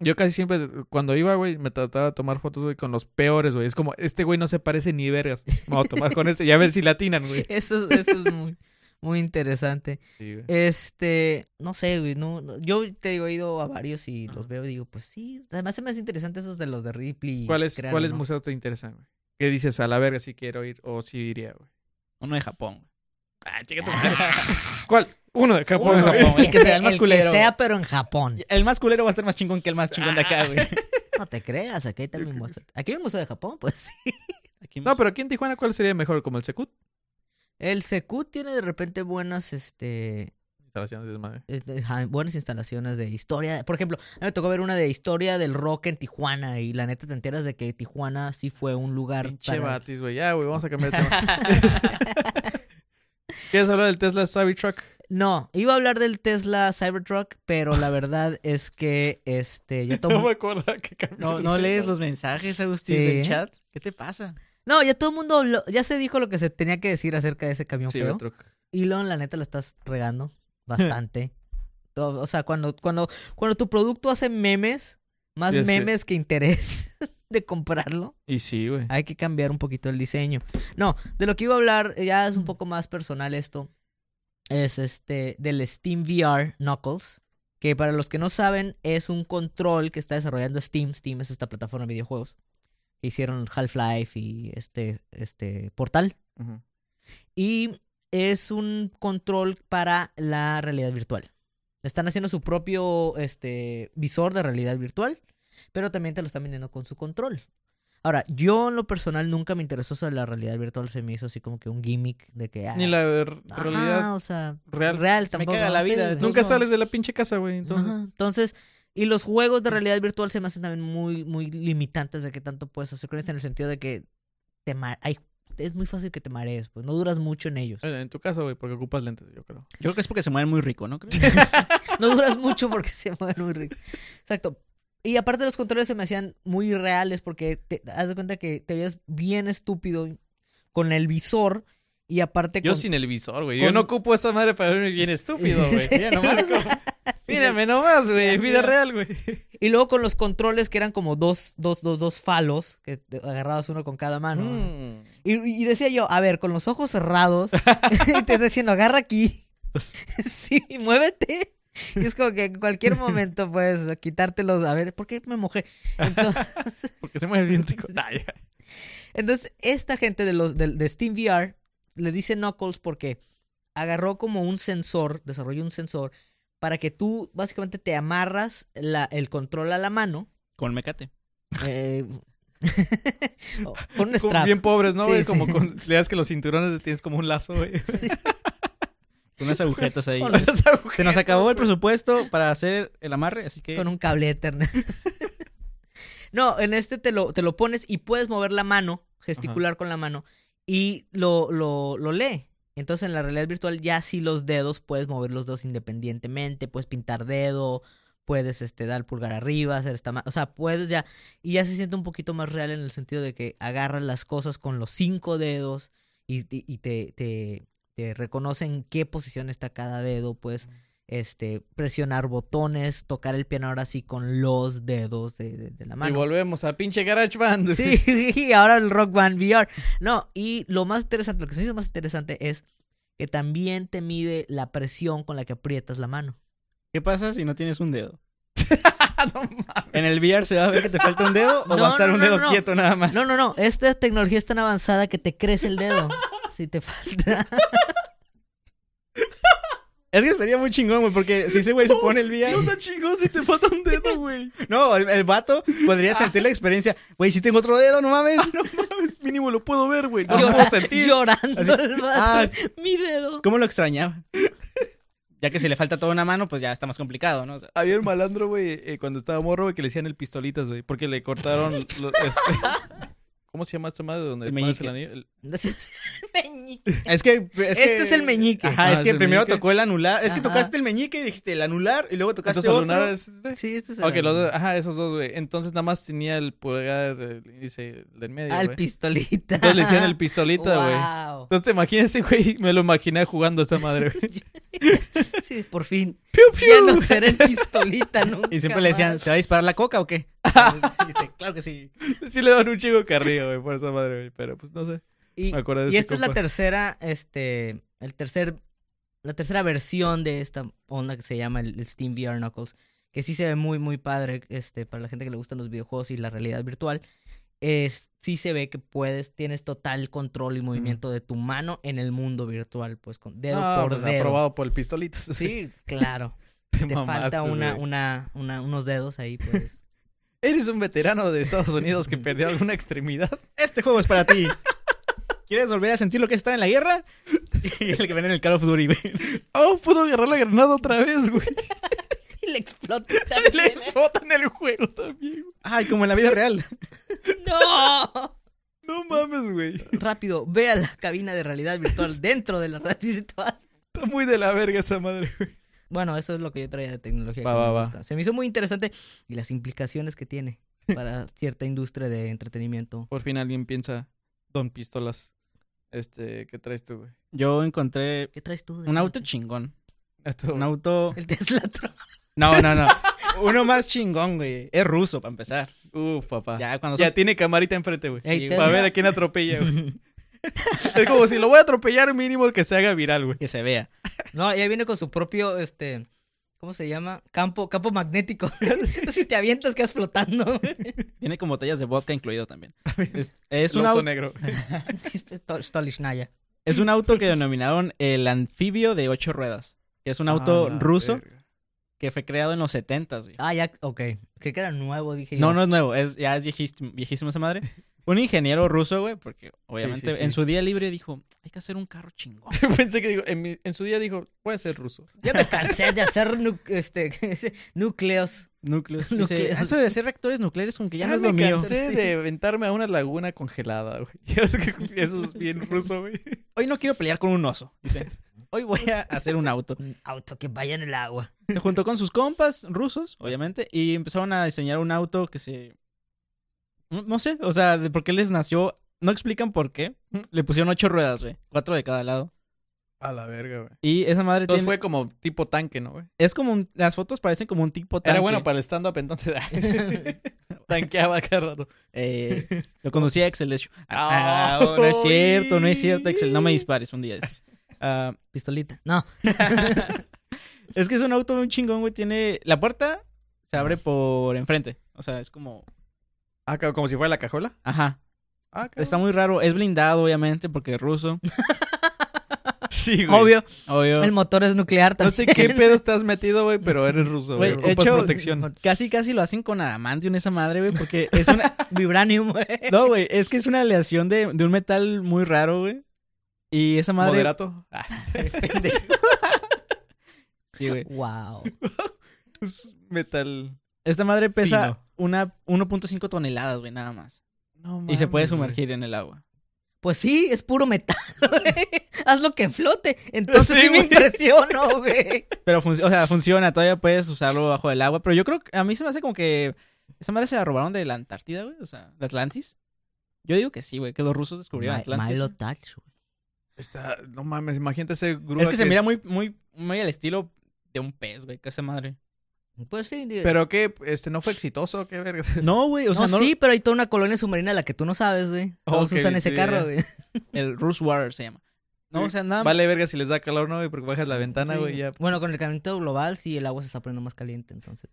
Yo casi siempre, cuando iba, güey, me trataba de tomar fotos, güey, con los peores, güey. Es como, este güey no se parece ni vergas. Me voy a tomar con este, ya a ver si latinan, güey.
Eso, eso es muy, muy interesante.
Sí, güey.
Este, no sé, güey, no, no- yo te digo, he ido a varios y los
Ajá.
veo y digo, pues sí, además se me hace interesante esos de los de Ripley. y
¿Cuáles
Crearon,
cuáles
¿no?
museos te interesan, güey? ¿Qué dices? A la verga si quiero ir o si iría, güey.
Uno de Japón. Ah, chica tu
¿Cuál? Uno de Japón.
Uno de
güey.
Japón. güey, que sea el más culero,
sea,
güey.
pero en Japón.
El más culero va a estar más chingón que el más chingón de acá, güey.
No te creas, aquí hay también
creo
museo. Aquí hay un museo de Japón, pues sí.
Aquí
No, pero aquí en Tijuana, ¿cuál sería mejor? ¿Como el Secut?
El Secu tiene de repente buenas, este,
Instalaciones de desmadre.
este, ajá, buenas instalaciones de historia. Por ejemplo, a mí me tocó ver una de historia del rock en Tijuana y la neta te enteras de que Tijuana sí fue un lugar
Pinche
para-
batis, güey. Ya, güey, vamos a cambiar de tema. ¿Quieres hablar del Tesla Savvy Truck?
No, iba a hablar del Tesla Cybertruck, pero la verdad es que este ya todo
No me
mu-
acuerdo que cambió.
No, no lees los mensajes, Agustín,
Sí.
del chat. ¿Qué te pasa?
No, ya todo el mundo habló- ya se dijo lo que se tenía que decir acerca de ese camión
Sí,
feo.
Truck.
Elon, la neta, la estás regando bastante. Todo- o sea, cuando, cuando, cuando tu producto hace memes, más
Sí, es que-
memes que interés de comprarlo,
Y sí, güey.
hay que cambiar un poquito el diseño. No, de lo que iba a hablar, eh, ya es un poco más personal esto, es este, del Steam VR Knuckles, que para los que no saben, es un control que está desarrollando Steam. Steam es esta plataforma de videojuegos que hicieron Half-Life y este, este Portal.
Ujú.
Y es un control para la realidad virtual. Están haciendo su propio este, visor de realidad virtual, pero también te lo están vendiendo con su control. Ahora, yo en lo personal nunca me interesó sobre la realidad virtual, se me hizo así como que un gimmick de que... ah,
Ni la ver-
ajá,
realidad
o sea,
real.
real
me
tampoco.
caga la
¿no?
vida,
Sí,
de
güey.
Nunca
no.
sales de la pinche casa, güey. Entonces,
Ajá, entonces, y los juegos de realidad virtual se me hacen también muy, muy limitantes de qué tanto puedes hacer con ellos en el sentido de que te ma- ay, es muy fácil que te marees, pues no duras mucho en ellos.
en, en tu casa, güey, porque ocupas lentes, yo creo.
Yo creo que es porque se mueven muy rico, ¿no crees?
No duras mucho porque se mueven muy rico. Exacto. Y aparte los controles se me hacían muy reales porque te haz de cuenta que te veías bien estúpido con el visor y aparte
Yo
con...
sin el visor, güey. Yo
con-
no ocupo esa madre para verme bien estúpido, güey. Mira nomás. como- Mírame nomás, güey. Vida real, güey.
Y luego con los controles que eran como dos, dos, dos, dos falos que te agarrabas uno con cada mano.
Mm.
Y, y decía yo, a ver, con los ojos cerrados, y te está diciendo, agarra aquí,
Pues
sí, muévete. Y es como que en cualquier momento puedes quitártelos, a ver, ¿por qué me mojé? Entonces...
Porque te mueves bien rico. Ah, ya.
Entonces, esta gente de los de, de Steam VR le dice Knuckles porque agarró como un sensor, desarrolló un sensor para que tú básicamente te amarras la- el control a la mano
Con mecate.
eh, o- con
Como
un strap.
bien pobres, ¿no,
Sí,
güey?
sí.
Como con... Le das que los cinturones tienes como un lazo, güey.
Con unas agujetas ahí.
Con las agujetas.
Se nos acabó el presupuesto para hacer el amarre, así que.
Con un cable Ethernet. no, en este te lo, te lo pones y puedes mover la mano, gesticular con la mano, y lo, lo, lo lee. Entonces en la realidad virtual ya sí los dedos puedes mover los dos independientemente, puedes pintar dedo, puedes este, dar pulgar arriba, hacer esta mano. O sea, puedes ya. Y ya se siente un poquito más real en el sentido de que agarras las cosas con los cinco dedos y, y- y te, te, te reconocen en qué posición está cada dedo, puedes este, presionar botones, tocar el piano ahora sí con los dedos de, de- de la
Y
mano.
volvemos a pinche Garage Band.
Sí, y ahora el Rock Band VR. No, y lo más interesante, lo que se me hizo más interesante es que también te mide la presión con la que aprietas la mano.
¿Qué pasa si no tienes un dedo?
no mames.
¿En el VR se va a ver que te falta un dedo o
No,
va a estar
no,
un
no,
dedo
no.
quieto nada más?
No, no, no, esta tecnología es tan avanzada que te crece el dedo. Si te falta.
Es que sería muy chingón, güey, porque si ese güey se pone el VR.
¿Qué onda, chingos? Si te falta un dedo, güey.
No, el, el vato podría sentir la experiencia. Güey, si tengo otro dedo, no mames.
No mames, mínimo lo puedo ver, güey. No lo
llora-
puedo sentir.
Llorando
Así- ah.
el vato. Mi dedo.
¿Cómo lo extrañaba? Ya que si le falta toda una mano, pues ya está más complicado, ¿no? O sea,
Había un malandro, güey, eh, cuando estaba morro, güey, que le decían el pistolitas, güey, porque le cortaron. lo- este- ¿Cómo se llama esta madre? Donde
El
pones el
meñique.
anillo? El-
Meñique.
es que. es que-
Este es el meñique.
Ajá,
Ah,
es
es
que
el
primero
meñique.
tocó el anular. Es que
Ajá.
tocaste el meñique y dijiste el anular y luego tocaste
Entonces, el
otro.
lunar es este.
Sí, este es el.
Ok, los dos-
ah,
ajá, esos dos, güey. Entonces nada más tenía el pulgar, el índice el del medio,
Al
güey.
pistolita.
Entonces le decían el pistolita, güey.
Wow.
Entonces imagínense, güey, me lo imaginé jugando a esta madre, güey.
Sí, por fin.
¡Piu,
Ya
piu!
no será el pistolita nunca.
Y siempre le decían,
más.
¿se va a disparar la coca o qué? Y dice, claro que sí.
Sí le daban un chingo carrillo, güey, por esa madre, güey. Pero pues no sé.
Y,
Me acuerdo de
y
ese
esta es la
compa.
tercera, este, el tercer, la tercera versión de esta onda que se llama el, el Steam VR Knuckles, que sí se ve muy, muy padre, este, para la gente que le gustan los videojuegos y la realidad virtual, es, sí se ve que puedes, tienes total control y movimiento de tu mano en el mundo virtual, pues con dedo
No,
por
pues,
dedo.
aprobado por el pistolitas. güey.
Sí, claro.
Te
Te
mamaste,
falta una,
güey.
una, una, unos dedos ahí, pues.
Eres un veterano de Estados Unidos que perdió alguna extremidad.
Este juego es para ti. ¿Quieres volver a sentir lo que es estar en la guerra? Y el que ven en el Call of Duty, güey.
Oh, pudo agarrar la granada otra vez, güey.
y le explota
Le
también. ¿eh?
explotan el juego también, güey.
Ay, como en la vida real.
¡No!
No mames, güey.
rápido, ve a la cabina de realidad virtual dentro de la red virtual.
Está muy de la verga esa madre, güey.
Bueno, eso es lo que yo traía de tecnología.
Va,
que me
va, va.
gusta. Se me hizo muy interesante y las implicaciones que tiene para cierta industria de entretenimiento.
Por fin alguien piensa, Don Pistolas, este, ¿qué traes tú, güey?
Yo encontré
¿Qué traes tú? de
un
nuevo?
auto chingón.
Esto-
Un auto.
El Tesla Tron.
No, no, no. Uno más chingón, güey. Es ruso, para empezar.
Uf, papá. Ya,
Ya, cuando son-
tiene camarita enfrente, güey.
Ey,
Sí,
te-
Para ver a quién atropella, güey. es como si lo voy a atropellar, mínimo que se haga viral, güey.
que se vea.
No, ya viene con su propio, este, ¿cómo se llama? Campo, campo magnético. si te avientas quedas flotando.
Tiene con botellas de vodka incluido también. Es, es
Es
un
un
auto,
negro.
Stol- Stolichnaya.
es un auto que denominaron el anfibio de ocho ruedas. Que es un auto
Ah, la
ruso
verga.
que fue creado en los 70, güey.
Ah, ya, ok. Creí que era nuevo, dije
No,
yo.
no es nuevo, es, ya es viejísimo, viejísimo esa madre. Un ingeniero ruso, güey, porque obviamente
sí.
en su día libre dijo, hay que hacer un carro chingón.
Pensé que digo, en, mi- en su día dijo, voy a ser ruso.
Ya me cansé de hacer nu- este, núcleos.
Núcleos.
Núcleos.
Dice, "Ah, eso de hacer reactores nucleres como que ya, no es lo
me
mío.
cansé
Sí.
de aventarme a una laguna congelada, güey. Ya es que Eso es bien ruso, güey.
Hoy no quiero pelear con un oso, dice. Hoy voy a hacer un auto.
Un auto que vaya en el agua.
Se juntó con sus compas rusos, obviamente, y empezaron a diseñar un auto que se... No no sé, o sea, de por qué les nació... No explican por qué.
Mm.
Le pusieron ocho ruedas, güey. Cuatro de cada lado.
A la verga, güey.
Y esa madre
Entonces
tiene...
fue como tipo tanque, ¿no, güey?
Es como... un- Las fotos parecen como un tipo
Era
tanque.
bueno para el stand-up, entonces. Tanqueaba cada rato.
Eh, lo conocía Excel, de hecho.
Ah,
Ah, no es cierto, no es
uy.
cierto, Excel. No me dispares un día. de estos. Ah,
Pistolita. No.
es que es un auto un chingón, güey. Tiene. La puerta se abre por enfrente. O sea, es como.
Ah, ca- como si fuera la cajuela.
Ajá.
Ah,
Está muy raro. Es blindado, obviamente, porque es ruso.
Sí, güey.
Obvio,
Obvio.
el motor es nuclear
No
también.
sé qué pedo estás metido, güey, pero eres ruso,
Güey,
güey.
de
Ocupas
hecho-
protección.
Casi, casi lo hacen con adamantium esa madre, güey, porque es una.
Vibranium, güey.
No, güey, es que es una aleación de, de un metal muy raro, güey. Y esa madre. ah.
Moderato.
Sí, güey.
Wow.
Es metal.
Esta madre pesa
Fino.
una 1.5 toneladas, güey, nada más.
No,
Y se puede
mames, güey.
sumergir en el agua.
Pues sí, es puro metal, güey. Haz lo que flote. Entonces
Sí,
sí, me
güey.
impresiono, güey.
Pero func- o sea, funciona, todavía puedes usarlo bajo el agua. Pero yo creo que a mí se me hace como que. Esa madre se la robaron de la Antártida, güey. O sea, de Atlantis. Yo digo que sí, güey, que los rusos descubrieron
Ma-
Atlantis.
Malo touch, güey.
Está... No mames, imagínate ese grúa
es que se mira muy, muy, muy al estilo de un pez, güey, que esa madre.
Pues sí. digo-
Pero que, este, no fue exitoso, qué verga.
No, güey, o sea,
no,
no.
sí, pero hay toda una colonia submarina a la que tú no sabes, güey. Todos
Ok,
usan ese
sí, ya.
carro, güey.
El Rus Water se llama. No, o sea, nada
Vale verga si les da calor, ¿no, güey? Porque bajas la ventana,
Sí.
güey, ya.
Bueno, con el calentamiento global sí el agua se está poniendo más caliente, entonces.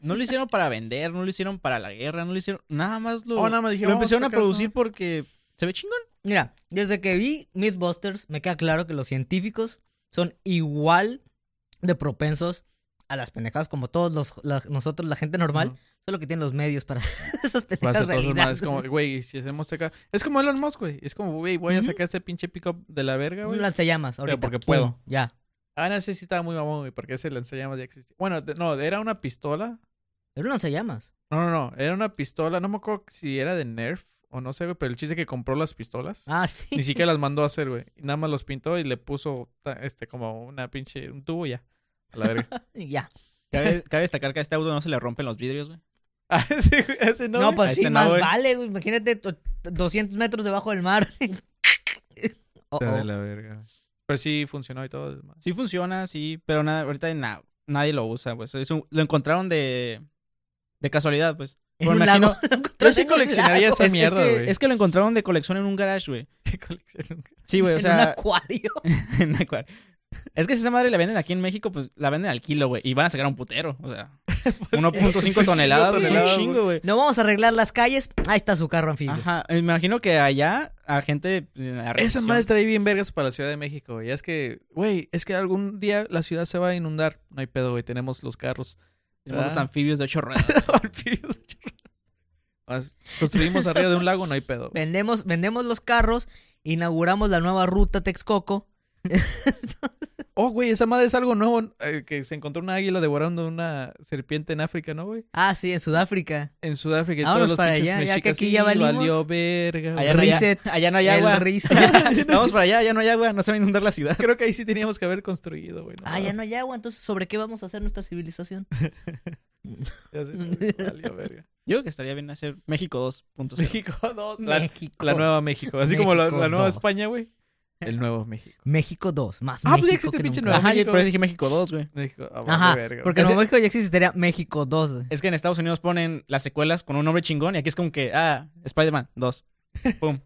No lo hicieron para vender, no lo hicieron para la guerra, no lo hicieron. Nada más lo.
Oh, nada más dijeron,
lo
"Vamos a
empezaron a
sacar eso".
producir porque se ve chingón.
Mira, desde que vi Mythbusters me queda claro que los científicos son igual de propensos a las pendejadas como todos los, la- nosotros, la gente normal,
Ujú.
solo que tienen los medios para hacer esas
Va a
pendejadas
ser todo su madre,
realidad,
Es como,
güey.
güey, si hacemos este ca- Es como Elon Musk, güey. Es como, güey, voy a
Ujú.
sacar este pinche pickup de la verga,
Un
güey.
lanzallamas ahorita.
porque
pum,
puedo.
Ya.
Ah, no sé si estaba muy mamón, güey, porque ese lanzallamas ya existía. Bueno, de- no, era una pistola.
Era un lanzallamas.
No, no, no. Era una pistola. No me acuerdo si era de Nerf o no sé, güey, pero el chiste es que compró las pistolas.
Ah, sí.
Ni siquiera las mandó a hacer, güey. Nada más los pintó y le puso ta- este como una pinche un tubo y ya. A la verga.
ya.
Cabe, cabe destacar que a este auto no se le rompen los vidrios, güey.
Ah, ese, güey, ese no.
No,
güey.
pues
Ahí
sí,
está, no,
más
güey.
vale, güey. Imagínate to- 200 metros debajo del mar. Oh,
Está de
oh.
la verga. Pero sí funcionó y todo.
Sí funciona, sí, pero nada, ahorita na- nadie lo usa, pues. Es un- lo encontraron de, de casualidad, pues.
En
Bueno,
un
imagino-
lago. Lo encontré
Yo sí
en un
coleccionaría
lago.
esa
es, es
mierda,
que,
güey.
es que lo encontraron de colección en un garage, güey.
que colección.
Sí, güey, o
en un
sea,
acuario.
en un acuario. Es que si esa madre la venden aquí en México, pues la venden al kilo, güey. Y van a sacar un putero, o sea. 1.5
Es un chingo
toneladas, güey,
toneladas,
un chingo, güey.
No vamos a arreglar las calles. Ahí está su carro anfibio.
Ajá, me imagino que allá a gente... en la
Esa
recepción-
madre trae bien vergas para la Ciudad de México, güey. Es que, güey, es que algún día la ciudad se va a inundar. No hay pedo, güey. Tenemos los carros.
Tenemos los
Ah.
anfibios de ocho ruedas.
Más, Construimos arriba de un lago, no hay pedo. güey.
Vendemos, vendemos los carros, inauguramos la nueva ruta Texcoco.
oh, güey, esa madre es algo nuevo. eh, que se encontró una águila devorando una serpiente en África, ¿no, güey?
Ah, sí, en Sudáfrica.
En Sudáfrica. Y
Vámonos
todos los
para
pinches
allá, ya que
mexicas,
aquí
sí,
ya valimos.
Valió verga.
Allá,
güey.
no hay, agua,
Reset.
allá no hay
El
agua.
risa.
Vamos para allá, allá no hay agua, no se va a inundar la ciudad.
Creo que ahí sí teníamos que haber construido, güey.
ah, ya no hay agua, entonces, ¿sobre qué vamos a hacer nuestra civilización?
Ya sé, güey,
Mm.
valió verga.
Yo creo que estaría bien hacer México 2.0.
México 2. La,
México.
la nueva México. Así como la,
México
la nueva
dos.
España, güey. El nuevo México.
México 2, más
Ah, pues ya
México
existe
que
pinche
nunca.
Nueva
Ajá, yo
México.
por eso dije México 2, güey.
México. ah, vale,
Ajá,
verga, güey.
porque en
Ese-
Nuevo México ya existiría México 2. güey.
Es que en Estados Unidos ponen las secuelas con un nombre chingón y aquí es como que, ah, Spider-Man 2. Pum.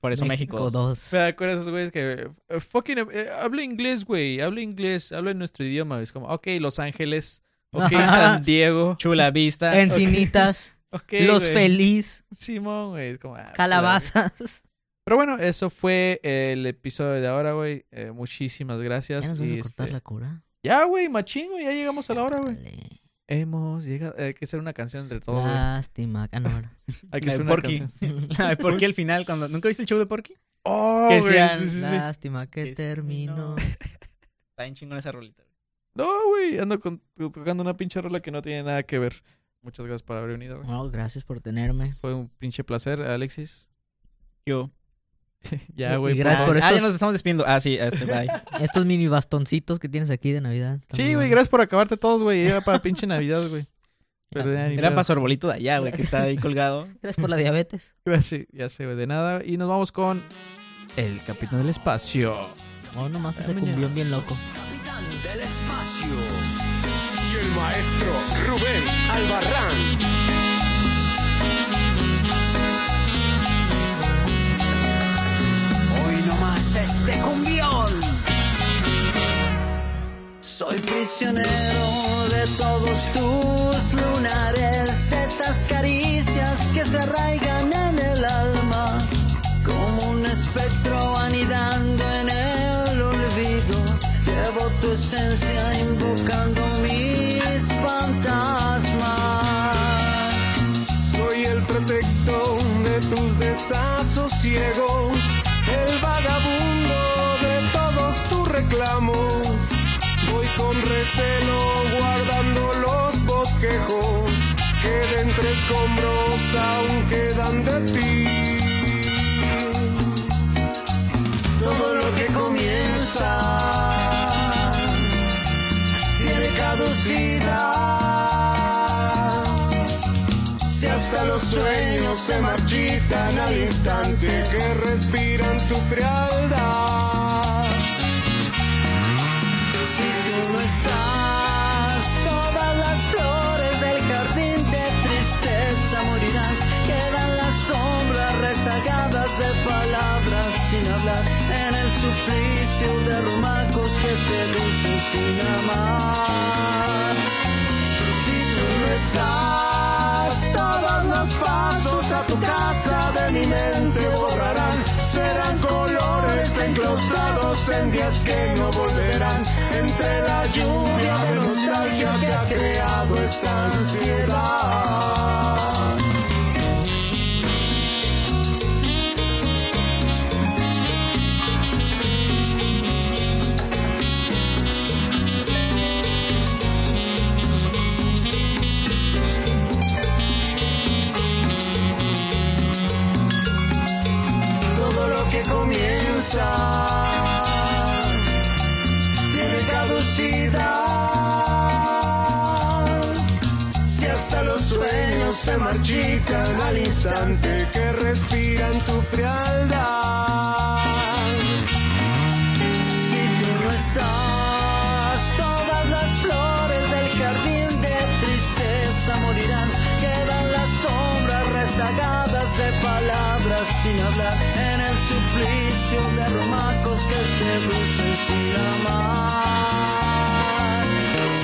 Por eso México, 2.
2.
Me acuerdo de esos güeyes que. eh, Fucking. eh, habla inglés, güey. Habla inglés. Habla en nuestro idioma. Es como, ok, Los Ángeles. Ok,
Ajá.
San Diego.
Chula vista.
Encinitas,
Ok.
Los
güey.
Feliz,
Simón, güey. es como, ah, pura verga.
Calabazas.
Pero bueno, eso fue el episodio de ahora, güey. Eh, muchísimas gracias.
¿Ya nos vas
y,
a cortar
este,
la cura?
Ya, güey, machín, güey. Ya llegamos a la hora, güey.
Órale.
Hemos llegado. Hay que hacer una canción entre todos, güey.
Lástima. Ah, no, ahora.
Hay que
La de
hacer una
Porky.
canción.
La de Porky al final, cuando... ¿Nunca viste el show de Porky?
Oh,
Que
güey.
sean
sí, sí, sí.
Lástima que
Este,
terminó.
no. Está bien chingón esa rolita.
No, güey. Ando con- tocando una pinche rola que no tiene nada que ver. Muchas gracias por haber venido, güey.
No, gracias por tenerme.
Fue un pinche placer, Alexis.
Yo.
Ya,
Y-
güey.
y gracias
favor.
por
ah,
estos-
ya nos estamos despidiendo. Ah, sí, este, bye.
Estos mini bastoncitos que tienes aquí de Navidad. están
Sí,
muy
güey,
buenos.
gracias por acabarte todos, güey. Era para pinche Navidad, güey. Pero ya ni
Era
pedo.
para su arbolito de allá, güey, que está ahí colgado.
Gracias por la diabetes.
Gracias, ya se ve de nada. Y nos vamos con el Capitán del Espacio.
Oh, nomás ese
Vámonos.
cumbión bien loco.
capitán del espacio. Y el maestro Rubén Albarrán. Hoy nomás este cumbión. Soy prisionero de todos tus lunares, de esas caricias que se arraigan en el alma como un espectro anidando en el olvido. Llevo tu esencia invocando mis fantasmas. Soy el pretexto de tus desasosiegos, el vagabundo de todos tus reclamos. Voy con recelo guardando los bosquejos que de entre escombros aún quedan de ti todo lo que comienza tiene caducidad. Si hasta los sueños se marchitan al instante que respiran tu frialdad. Si tú no estás, todas las flores del jardín de tristeza morirán. Quedan las sombras rezagadas de palabras sin hablar en el suplicio de rumacos que seducen sin amar. Si tú no estás, todos los pasos a tu casa de mi mente borrarán. Serán colores enclaustrados en días que no volverán. Entre la lluvia de nostalgia que ha creado esta ansiedad. todo lo que comienza tiene caducidad. Si hasta los sueños se marchitan al instante que respiran tu frialdad. Si tú no estás, todas las flores del jardín de tristeza morirán. Quedan las sombras rezagadas de palabras sin hablar en el suplicio de romacos que seducen sin amar.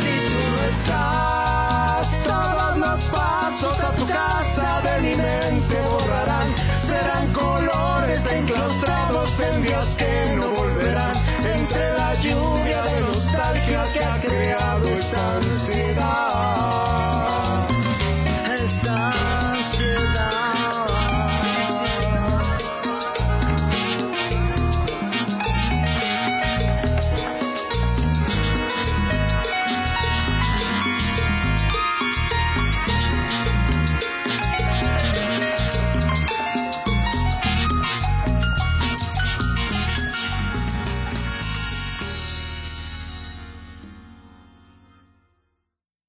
Si tú no estás, todos los pasos a tu casa de mi mente borrarán. Serán colores enclaustrados en días que no volverán. Entre la lluvia de nostalgia que ha creado esta ansiedad.